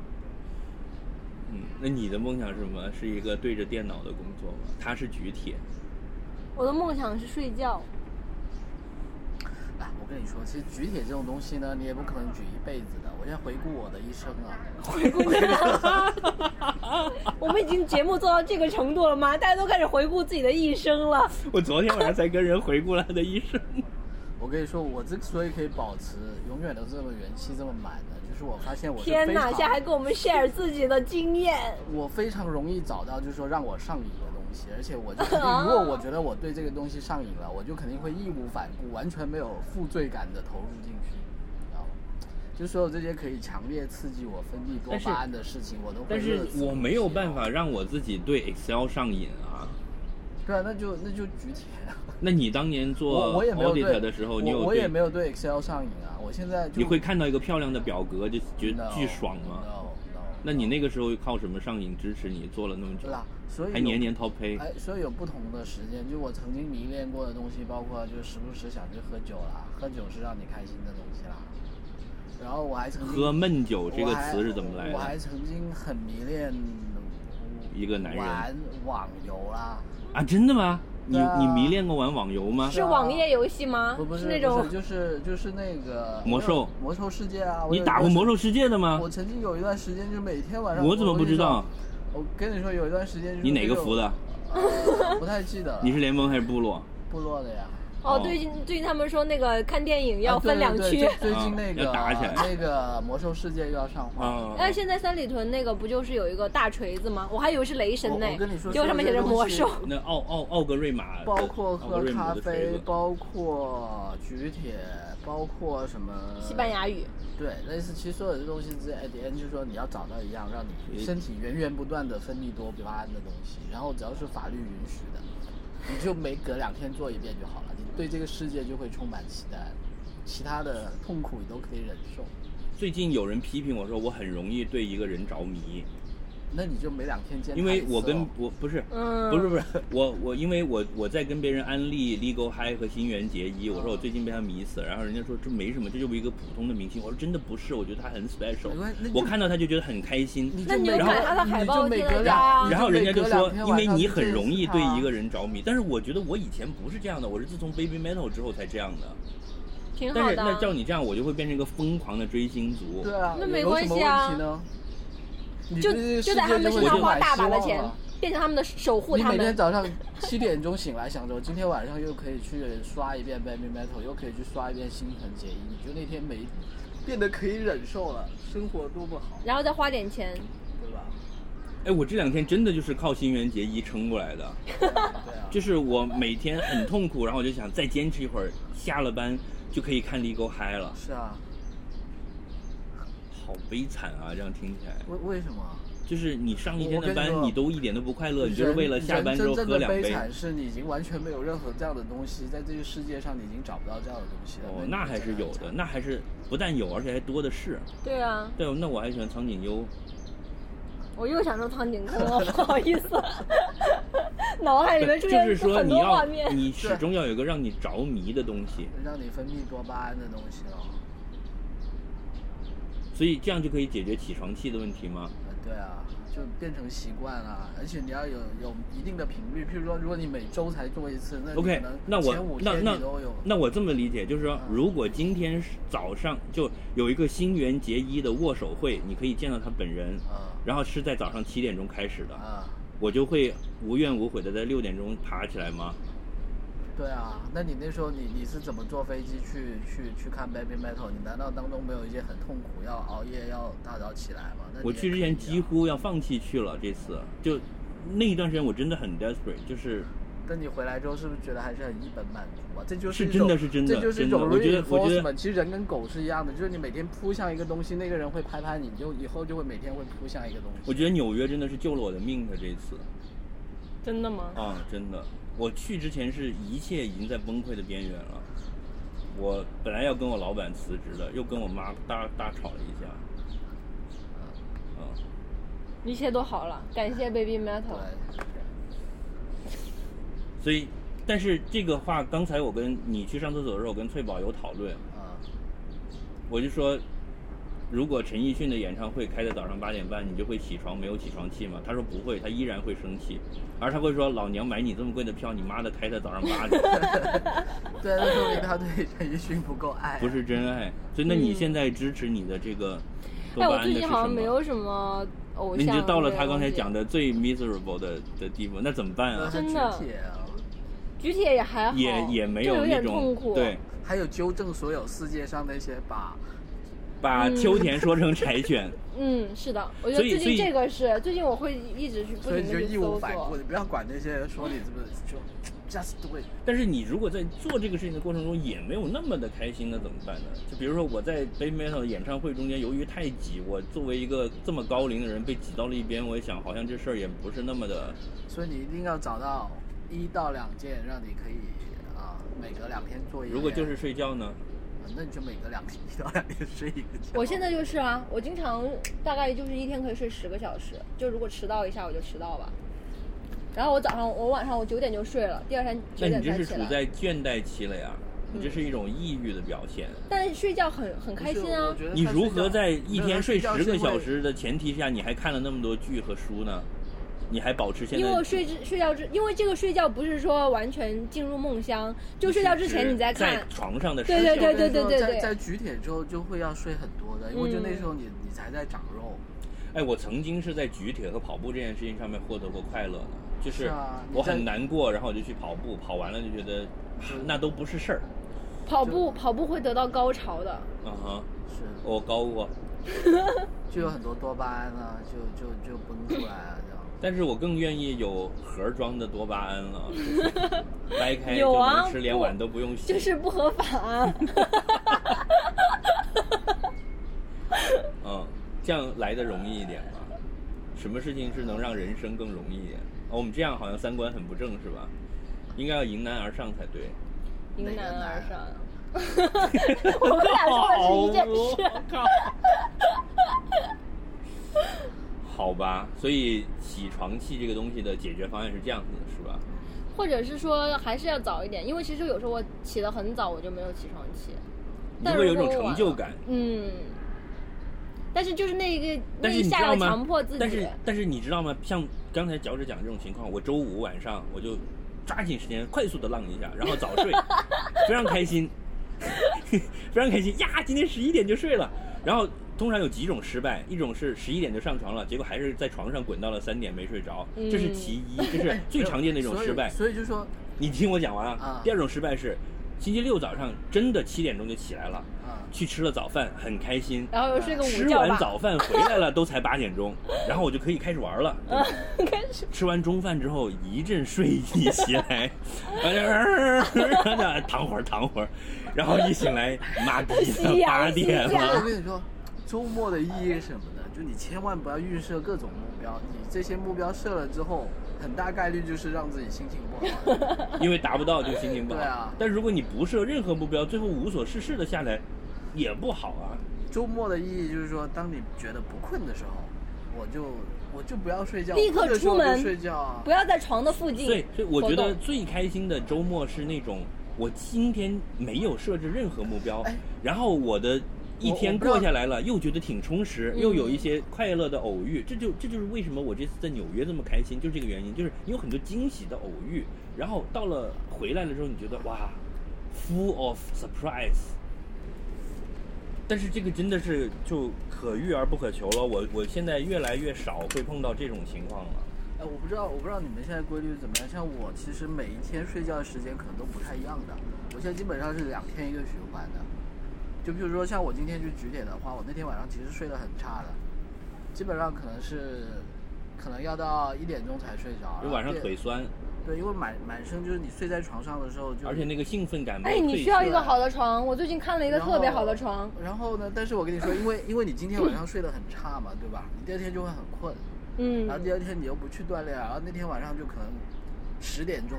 S2: 嗯，那你的梦想是什么？是一个对着电脑的工作吗？他是举铁，
S3: 我的梦想是 睡觉，
S1: 哎，我跟你说，其实举铁这种东西呢，你也不可能举一辈子的。我现在回顾我的一生啊，
S3: 回顾一下。 我们已经节目做到这个程度了吗？大家都开始回顾自己的一生了。
S2: 我昨天晚上才跟人回顾了他的一生。
S1: 我跟你说，我之所以可以保持永远都这么元气这么满的，就是我发现我是
S3: 天
S1: 非
S3: 哪，
S1: 常
S3: 现在还跟我们 share 自己的经验。
S1: 我非常容易找到就是说让我上瘾的东西，而且我就肯定，如果我觉得我对这个东西上瘾了，我就肯定会义无反顾，完全没有负罪感的投入进去，你知道吗？就所有这些可以强烈刺激我分泌多
S2: 但是
S1: 巴胺的事情，我都会
S2: 但是
S1: 乐此
S2: 我没有
S1: 不疲
S2: 办
S1: 哦
S2: 法让我自己对 Excel 上瘾啊。
S1: 对啊，那就那就举铁啊。
S2: 那你当年
S1: 我
S2: 做
S1: 我也没有
S2: audit
S1: 对
S2: 的时候，
S1: 我
S2: 你有
S1: 我
S2: 对
S1: 也没有对 Excel 上瘾啊。我现在就
S2: 你会看到一个漂亮的表格就觉得
S1: No，
S2: 巨爽吗？
S1: ？No，, no
S2: 那你那个时候靠什么上瘾支持你做了那么久
S1: 对？啦，啊所以
S2: 还
S1: 有
S2: 年年掏胚，
S1: 哎，所以有不同的时间，就我曾经迷恋过的东西，包括就时不时想去喝酒啦，喝酒是让你开心的东西啦。然后我还曾经
S2: 喝闷酒这
S1: 我
S2: 个
S1: 还
S2: 词是怎么来
S1: 我还
S2: 的？
S1: 曾经很迷恋
S2: 一个男人
S1: 玩网游啦，
S2: 啊，真的吗？你
S1: 对啊
S2: 你迷恋过玩网游吗？
S1: 是
S3: 是
S1: 啊
S3: 网页游戏吗？
S1: 不不是
S3: 那
S1: 不
S3: 种
S1: 是就是就是那个
S2: 魔兽
S1: 魔兽世界啊，我
S2: 你
S1: 有
S2: 打
S1: 一
S2: 过
S1: 段
S2: 魔
S1: 时
S2: 兽世界的吗
S1: 我？曾经有一段时间就是每天晚上，
S2: 我怎么不知道？
S1: 我跟你说，有一段时间就是
S2: 你哪
S1: 这
S2: 个
S1: 种
S2: 服的？
S1: 呃不太记得了。
S2: 你是联盟还是部落？
S1: 部落的呀？
S3: 哦，最近最近他们说那个看电影要
S1: 啊对
S3: 分两
S1: 对
S3: 区，
S1: 对最最近那
S2: 啊要
S1: 个
S2: 打起来
S1: 那个魔兽世界又要上画了。
S2: 啊，
S3: 哎， 现在三里屯那个不就是有一个大锤子吗？我还以为是雷神呢
S1: 我我跟你，说
S3: 结果上面写着魔兽
S1: 说这。
S2: 那奥奥奥格瑞玛的，
S1: 包括
S2: 奥格
S1: 喝
S2: 啊瑞
S1: 咖
S2: 玛的锤
S1: 啡
S2: 子，
S1: 包括举铁，包括什么
S3: 西班牙语，
S1: 对，类似其实所有的东西之间，哎，n 就是说你要找到一样让你身体源源不断的分泌多巴胺的东西，然后只要是法律允许的，你就每隔两天做一遍就好了，你对这个世界就会充满期待，其他的痛苦你都可以忍受，
S2: 最近有人批评我说我很容易对一个人着迷，
S1: 那你就每两天见他一
S2: 因
S1: 次哦、
S2: 为我跟我不是，
S3: 嗯
S2: 不是不是，我我因为我我在跟别人安利 Legal High 和新垣结衣，我
S3: 嗯
S2: 说我最近被他迷死了，然后人家说这没什么，这就是一个普通的明星，我说真的不是，我觉得他很 special，
S1: 没关系那就
S2: 我看到他就觉得很开心。
S1: 你
S3: 那你
S1: 每
S3: 就
S1: 隔
S3: 把他的海报
S1: 你就每
S3: 贴在
S1: 隔
S3: 家啊
S1: 两，
S2: 然后人家就说，因为你
S1: 你
S2: 很容易对一个
S1: 人。
S2: 人着迷，但是我觉得我以前不是这样的，我是自从 Baby Metal 之后才这样的。
S3: 挺
S2: 但
S3: 好
S2: 是
S3: 的
S2: 那
S3: 啊。
S2: 照你这样，我就会变成一个疯狂的追星族。
S1: 对啊，
S3: 那
S1: 有
S3: 没
S1: 有
S3: 关
S1: 什么
S3: 系
S1: 问
S3: 啊
S1: 题呢你
S3: 就
S1: 对这个世
S3: 就在
S1: 界
S3: 他们
S1: 就
S3: 身
S1: 会
S3: 上
S1: 充
S3: 花
S1: 满
S3: 大
S1: 希
S3: 把的
S1: 望
S3: 钱
S1: 了，
S3: 变成他们的守护
S1: 你
S3: 他
S1: 每天
S3: 们。
S1: 早上七点钟醒来，想着我今天晚上又可以去刷一遍 Baby Metal，又可以去刷一遍心疼结衣，你就那天没变得可以忍受了，生活多么好，
S3: 然后再花点钱，
S1: 对吧？
S2: 哎，我这两天真的就是靠新垣结衣撑过来的。
S1: 对啊，
S2: 就是我每天很痛苦，然后我就想再坚持一会儿，下了班就可以看《Legal High》了，
S1: 是啊，
S2: 好悲惨啊！这样听起来，
S1: 为为什么？啊
S2: 就是你上一天的
S1: 我跟你
S2: 班，
S1: 说
S2: 你都一点都不快乐，你就是
S1: 人
S2: 为了下班之
S1: 人真
S2: 后
S1: 正
S2: 喝
S1: 的
S2: 两
S1: 悲
S2: 杯。
S1: 惨是你已经完全没有任何这样的东西，在这个世界上你已经找不到这样的东西了。
S2: 哦，
S1: 你
S2: 那
S1: 就
S2: 还
S1: 真
S2: 是有
S1: 很
S2: 的，
S1: 惨
S2: 那还是不但有，而且还多的是。
S3: 对啊，
S2: 对，那我还喜欢苍井优。
S3: 我又想说苍井 空了，哦不好意思， 脑海里面出
S2: 就
S3: 现
S2: 是说
S3: 很
S2: 你
S3: 多画
S2: 要，
S3: 面。
S2: 你始终要有一个让你着迷的东西，
S1: 让你分泌多巴胺的东西哦了。
S2: 所以这样就可以解决起床气的问题吗？
S1: 呃对啊，就变成习惯了，而且你要有有一定的频率，譬如说，如果你每周才做一次，那你可
S2: OK，
S1: 能
S2: 那
S1: 前五
S2: 我那
S1: 天
S2: 那
S1: 你都有。嗯
S2: 那我这么理解，就是说，如果今天是早上就有一个新垣结衣的握手会，你可以见到他本人，
S1: 啊
S2: 然后是在早上七点钟开始的，
S1: 啊，
S2: 我就会无怨无悔的在六点钟爬起来吗？
S1: 对啊，那你那时候你你是怎么坐飞机去去去看 Baby Metal？你难道当中没有一些很痛苦，要熬夜要大早起来吗？那你
S2: 我
S1: 也
S2: 去之前
S1: 可以啊
S2: 几，乎要放弃去了，这次就那一段时间我真的很 desperate，就是
S1: 但你回来之后是不是觉得还是很一本满足啊？这就是一
S2: 真
S1: 种
S2: 的是真的
S1: 这就是一
S2: 真的
S1: 种
S2: 我觉得我觉得
S1: reinforcement。其实人跟狗是一样的，就是你每天扑向一个东西，那个人会拍拍你，你就以后就会每天会扑向一个东西。
S2: 我觉得纽约真的是救了我的命的这次。
S3: 真的吗？
S2: 啊，真的，我去之前是一切已经在崩溃的边缘了。我本来要跟我老板辞职的，又跟我妈大大吵了一架。啊，
S3: 一
S1: 嗯
S3: 切都好了，感谢 Baby Metal。
S1: 对。
S2: 所以但是这个话，刚才我跟你去上厕所的时候，我跟翠宝有讨论，
S1: 啊，
S2: 我就说，如果陈奕迅的演唱会开在早上八点半，你就会起床没有起床气吗？他说不会，他依然会生气，而他会说老娘买你这么贵的票，你妈的开在早上八 点，
S1: 对，那说明他对陈奕迅不够爱。
S2: 不，是真爱。所以那你现在支持你的这个多
S3: 嗯
S2: 巴
S3: 哎，我
S2: 胺
S3: 最
S2: 的是
S3: 近
S2: 什
S3: 好像
S2: 么？
S3: 没有什么偶
S2: 那你
S3: 像。
S2: 就到了他刚才讲，的最 miserable 的的地步，那怎么办啊？
S3: 真的
S1: 铁啊，
S3: 举铁也还好，
S2: 也也没
S3: 就有
S2: 那
S3: 点
S2: 种
S3: 痛苦。
S2: 对，，
S1: 还有纠正所有世界上那些把
S2: 把秋 田说成柴犬，
S3: 嗯，是的，我觉
S2: 所
S3: 得
S2: 以
S3: 最近
S2: 所以
S3: 这个是最近我会一直去不
S1: 所以
S3: 停
S1: 你
S3: 的
S1: 就
S3: 去
S1: 义
S3: 搜
S1: 无反顾，
S3: 索。
S1: 你不要管那些人说你是不是，就 just do it。
S2: 但是你如果在做这个事情的过程中也没有那么的开心，那怎么办呢？就比如说我在 Baby Metal 的演唱会中间，由于太挤，我作为一个这么高龄的人被挤到了一边，我也想好像这事儿也不是那么的，
S1: 所以你一定要找到一到两件让你可以啊，每隔两天做一件。
S2: 如果就是睡觉呢？
S1: 啊那你就每隔两天一到两天睡一个觉。
S4: 我现在就是啊，我经常大概就是一天可以睡十个小时，就如果迟到一下我就迟到吧。然后我早上我晚上我九点就睡了，第二天九
S2: 那
S4: 点
S2: 你这
S4: 才
S2: 是
S4: 起
S2: 处
S4: 来。
S2: 在倦怠期了呀，你
S3: 嗯
S2: 这是一种抑郁的表现。
S4: 但睡觉很很开心啊
S1: 不是我，觉得
S2: 你
S1: 他睡
S2: 如何
S1: 觉
S2: 在一天睡十
S1: 没
S2: 个小？
S1: 有他睡觉是会
S2: 时的前提下，你还看了那么多剧和书呢？你还保持现
S4: 因为
S2: 在
S4: 我睡之睡觉之，因为这个睡觉不是说完全进入梦乡，就睡觉之前你
S2: 在
S4: 在看，
S2: 床上的事
S4: 对对
S2: 情
S4: 对对对对
S1: 在
S4: 对嗯
S1: 在举铁之后就会要睡很多的，因为就那时候你你才在长肉，
S2: 哎，我曾经是在举铁和跑步这件事情上面获得过快乐呢，就是是
S1: 啊你
S2: 我
S1: 在
S2: 很难过，然后我就去跑步，跑完了就觉得、啊那都不是事儿。
S4: 跑步跑步会得到高潮的，
S2: 嗯哼，
S1: 是
S2: 我高过，
S1: 就有很多多巴胺啊，就就就崩出来啊，这样。
S2: 但是我更愿意有盒装的多巴胺了，就是掰开
S4: 有
S2: 就
S4: 啊
S2: 能吃，连
S4: 不
S2: 碗都不用洗。
S4: 就是不合法、啊
S2: 嗯，这样来的容易一点嘛。什么事情是能让人生更容易一点？哦，我们这样好像三观很不正是吧？应该要迎难而上才对。
S4: 迎难
S1: 哪
S4: 而
S1: 个
S4: 上
S1: 难。
S4: 我们俩说的是一件事。
S2: 我靠！好吧，所以起床气这个东西的解决方案是这样子的，是吧？
S4: 或者是说还是要早一点，因为其实有时候我起得很早，我就没有起床气。
S2: 你
S4: 但
S2: 会有一
S4: 如
S2: 种
S4: 果我
S2: 成就感，
S4: 嗯，但是就是那一个那
S2: 但是
S4: 一
S2: 你知
S4: 下
S2: 道
S4: 要
S2: 吗？
S4: 强迫自己，
S2: 但是但是你知道吗？像刚才脚趾讲的这种情况，我周五晚上我就抓紧时间快速的浪一下，然后早睡，非常开心， 非常开心呀！今天十一点就睡了，然后。通常有几种失败，一种是十一点就上床了，结果还是在床上滚到了三点没睡着，这是其一，这
S4: 嗯
S2: 是最常见的一种失败。
S1: 所以所以就说
S2: 你听我讲完
S1: 啊
S2: 啊。第二种失败是，星期六早上真的七点钟就起来了，
S1: 啊，
S2: 去吃了早饭，很开心，
S4: 然后又睡个午
S2: 吃
S4: 觉
S2: 完
S4: 吧。
S2: 早饭回来了都才八点钟，然后我就可以开始玩了。对吧
S4: 嗯
S2: 吃完中饭之后一阵睡意袭来，然后就躺会儿躺会儿，然后一醒来，妈 逼
S4: 夕阳
S2: 八点
S4: 西下
S1: 我
S2: 了。
S1: 跟你说，周末的意义是什么呢？就你千万不要预设各种目标，你这些目标设了之后，很大概率就是让自己心情不好。
S2: 因为达不到就心情不好。
S1: 对啊
S2: 但如果你不设任何目标，最后无所事事的下来，也不好啊。
S1: 周末的意义就是说，当你觉得不困的时候，我就我就不要睡觉，
S4: 立刻
S1: 困的时候
S4: 出门
S1: 就睡觉啊
S4: 不。要在床的附近
S2: 所以，所以我觉
S4: 活
S2: 得
S4: 动
S2: 最开心的周末是那种我今天没有设置任何目标，然后我的一天过下来了，又觉得挺充实，又有一些快乐的偶遇。这就这就是为什么我这次在纽约这么开心，就是这个原因，就是你有很多惊喜的偶遇，然后到了回来了之后，你觉得哇，full of surprise。但是这个真的是就可遇而不可求了，我我现在越来越少会碰到这种情况了。
S1: 哎，我不知道，我不知道你们现在规律怎么样。像我，其实每一天睡觉的时间可能都不太一样的。我现在基本上是两天一个循环的。就比如说，像我今天去举铁的话，我那天晚上其实睡得很差的，基本上可能是，可能要到一点钟才睡着。
S2: 就晚上
S1: 然后
S2: 腿酸，
S1: 对，因为满满身就是你睡在床上的时候就，
S2: 而且那个兴奋感没
S4: 哎，
S2: 有
S4: 你需
S2: 褪
S4: 要
S2: 去
S4: 一个好的床。我最近看了一个特别好的床，
S1: 然后呢，但是我跟你说，因为因为你今天晚上睡得很差嘛，对吧？你第二天就会很困，
S4: 嗯
S1: 然，后第二天你又不去锻炼，然后那天晚上就可能十点钟，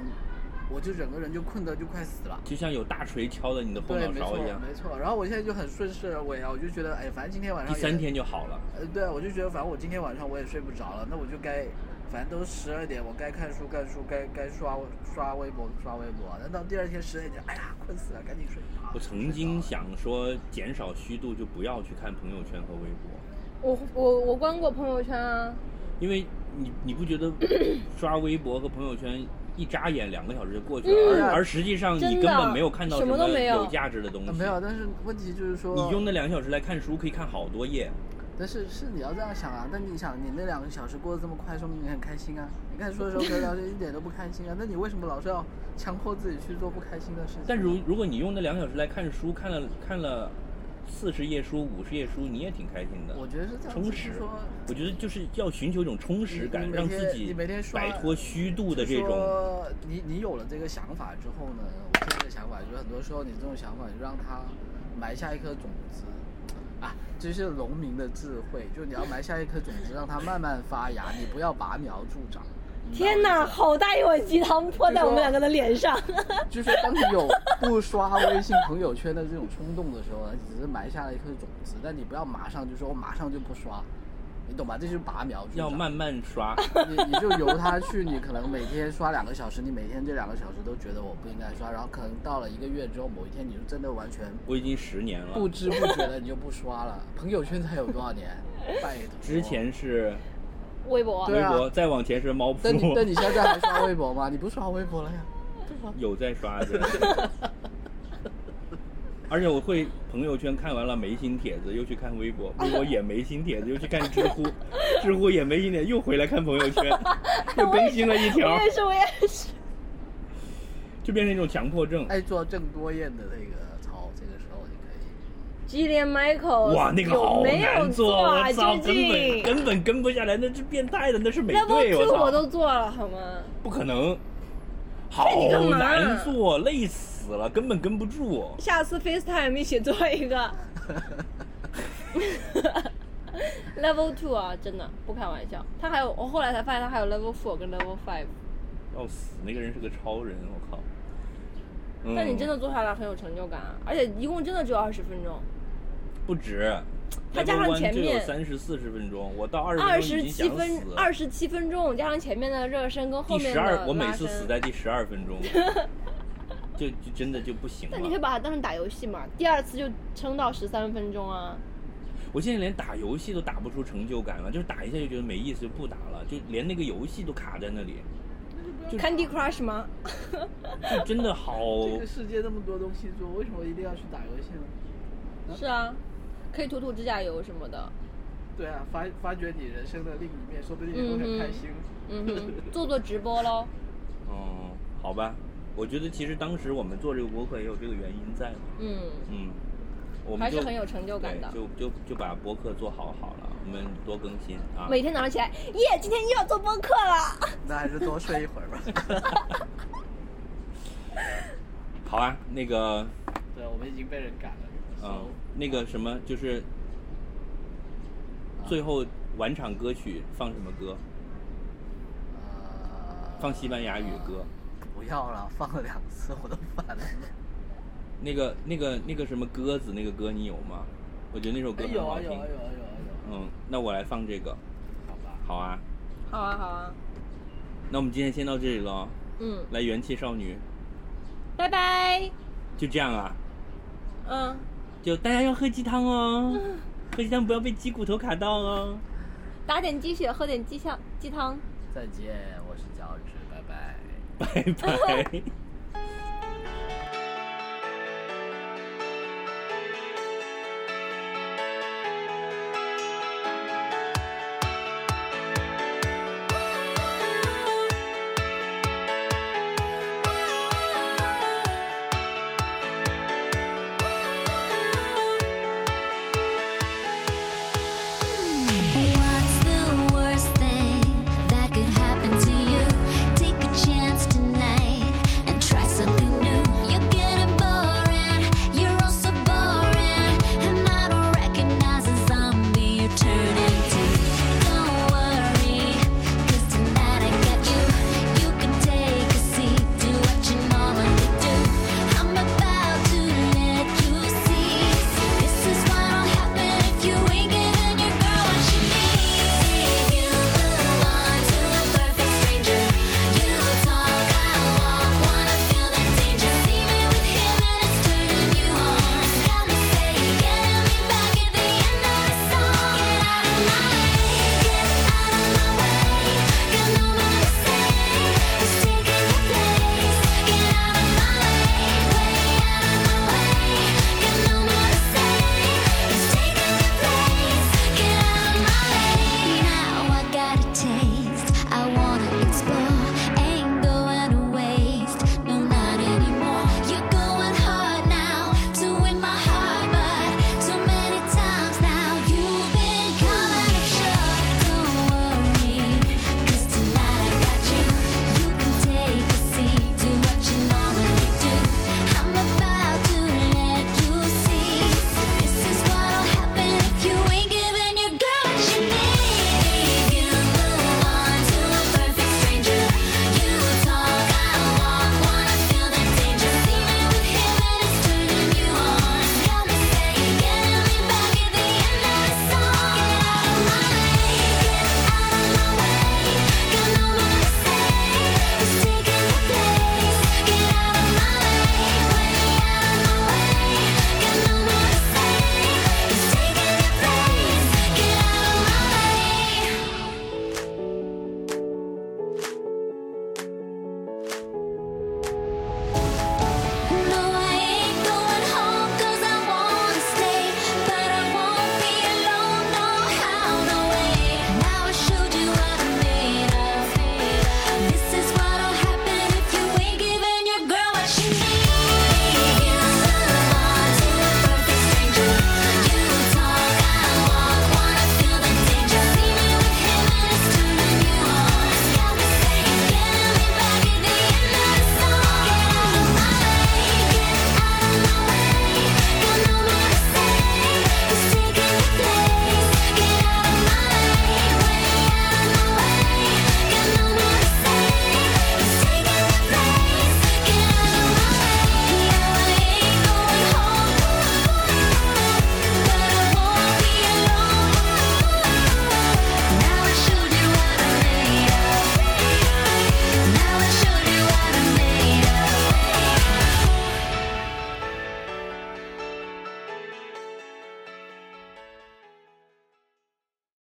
S1: 我就整个人就困得就快死了。
S2: 就像有大锤敲的你的后
S1: 对，
S2: 脑
S1: 没
S2: 勺
S1: 错
S2: 一样，。
S1: 没错。然后我现在就很顺势而为啊，我就觉得，哎，反正今天晚
S2: 第
S1: 上
S2: 三
S1: 也
S2: 天就好了。
S1: 呃，对啊，我就觉得反正我今天晚上我也睡不着了，那我就该反正都十二点，我该看书看书，该该刷刷微博刷微博。但到第二天十点就，哎呀，困死了，赶紧睡。
S2: 我曾经想说，减少虚度就不要去看朋友圈和微博，
S3: 我我我关过朋友圈啊，
S2: 因为你你不觉得刷微博和朋友圈一眨眼两个小时就过去了，而而实际上你
S3: 真的
S2: 根本没有看到
S3: 什么都没
S2: 有
S3: 有
S2: 价值的东西。
S1: 啊没有，，但是问题就是说，
S2: 你用那两个小时来看书可以看好多页。
S1: 但是是你要这样想啊，但你想你那两个小时过得这么快，说明你很开心啊。你看书的时候跟聊天一点都不开心啊，那你为什么老是要强迫自己去做不开心的事情？
S2: 但如如果你用那两个小时来看书，看了看了四十页书、五十页书，你也挺开心的。
S1: 我觉得是这样子，
S2: 充
S1: 就是
S2: 实
S1: 说，
S2: 我觉得就是要寻求一种充实
S1: 你
S2: 感，
S1: 你每
S2: 让
S1: 天
S2: 自己
S1: 你每天刷
S2: 摆脱虚度的这
S1: 就
S2: 种。
S1: 说你你有了这个想法之后呢，我现在的想法就是，很多时候你这种想法就让它埋下一颗种子，啊，这是农民的智慧，就你要埋下一颗种子，让它慢慢发芽，你不要拔苗助长。你知道
S3: 天
S1: 吗
S3: 哪，好大一碗鸡汤泼在我们两个的脸上。
S1: 就是当你有不刷微信朋友圈的这种冲动的时候呢，你只是埋下了一颗种子，但你不要马上就说我马上就不刷，你懂吧？这就是拔苗助
S2: 要
S1: 长。
S2: 慢慢刷，
S1: 你你就由它去，你可能每天刷两个小时，你每天这两个小时都觉得我不应该刷，然后可能到了一个月之后，某一天你就真的完全
S2: 我已经十年
S1: 不
S2: 了。
S1: 知不觉的你就不刷了。朋友圈才有多少年？拜托。
S2: 之前是
S3: 微博，
S1: 对
S2: 微
S1: 啊
S2: 博，再往前是猫扑
S1: 但，你但你现在还刷微博吗？你不刷微博了呀？对吧？
S2: 有在刷的。而且我会朋友圈看完了没新帖子，又去看微博，微博也没新帖子，又去看知 乎，知乎也没新帖，子，又回来看朋友圈，又更新了一
S4: 啊
S2: 条
S3: 我，也是，我也是。
S2: 就变成一种强迫症。
S1: 爱做郑多燕的那个操，这个时候你可以。呃
S3: Gillian Michael，
S2: 哇，那个好
S3: 没哦有
S2: 难做，
S3: 啊，
S2: 我操，
S3: 究
S2: 根本
S3: 竟
S2: 根本跟不下来，那是变态的，那是美
S3: Level
S2: 队，
S3: Two
S2: 操，
S3: 我都做了好吗？
S2: 不可能，好
S3: 你干嘛啊
S2: 难做，累死了，根本跟不住。
S3: 下次 FaceTime 一起做 一个。Level Two 啊，真的不开玩笑。他还有，我后来才发现他还有 Level Four 跟 Level Five。
S2: 要死，那个人是个超人，我靠。嗯、
S3: 但你真的做下来很有成就感啊，而且一共真的只有二十分钟，
S2: 不止，
S3: 它加上
S2: Level One
S3: 前
S2: 就有
S3: 面
S2: 三十四十分钟，我到二
S3: 二
S2: 十
S3: 十
S2: 已
S3: 七
S2: 经想
S3: 分
S2: 死了。
S3: 二十七分钟，加上前面的热身跟后
S2: 第
S3: 面
S2: 十
S3: 的拉
S2: 二，
S3: 伸。
S2: 我每次死在第十二分 钟，就就真的就不行
S3: 但你可以
S2: 了。
S3: 把它当成打游戏嘛，第二次就撑到十三分钟啊。
S2: 我现在连打游戏都打不出成就感了，就是打一下就觉得没意思，就不打了，就连那个游戏都卡在那里，就
S3: Candy Crush 吗？
S2: 就真的 好。
S1: 这个世界那么多东西做，为什么一定要去打游戏呢？
S2: 嗯
S3: 是啊，可以涂涂指甲油什么的。
S1: 对啊，发发掘你人生的另一面，说不定你会很开心。
S3: 嗯哼，做做直播喽。
S2: 嗯，好吧，我觉得其实当时我们做这个博客也有这个原因在嘛。
S3: 嗯，
S2: 嗯，我们
S3: 还
S2: 就是
S3: 很有成就感的
S2: 对就就就把博客做好好了，我们多更新啊。
S3: 每天早上起来，耶，今天又要做播客了。
S1: 那还是多睡一会儿吧。
S2: 好啊，那个，
S1: 对，啊我们已经被人赶了。
S2: 嗯，那个什么，就是
S3: 啊
S2: 最后晚场歌曲放什么歌？
S1: 呃
S2: 放西班牙语歌。
S1: 不要了，放了两次我都烦了。
S2: 那个、那个、那个什么鸽子那个歌你有吗？我觉得那首歌很好听。
S1: 啊有啊有
S2: 嗯，那我来放这个，
S1: 好吧，
S2: 好啊。
S3: 好啊，好啊。
S2: 那我们今天先到这里喽，
S3: 嗯，
S2: 来元气少女，
S3: 拜拜。
S2: 就这样啊。
S3: 嗯，
S2: 就大家要喝鸡 汤哦，喝鸡汤不要被鸡骨头卡到哦。
S3: 打点鸡血，喝点鸡汤，鸡汤。
S1: 再见，我是脚趾，拜拜。
S2: 拜拜。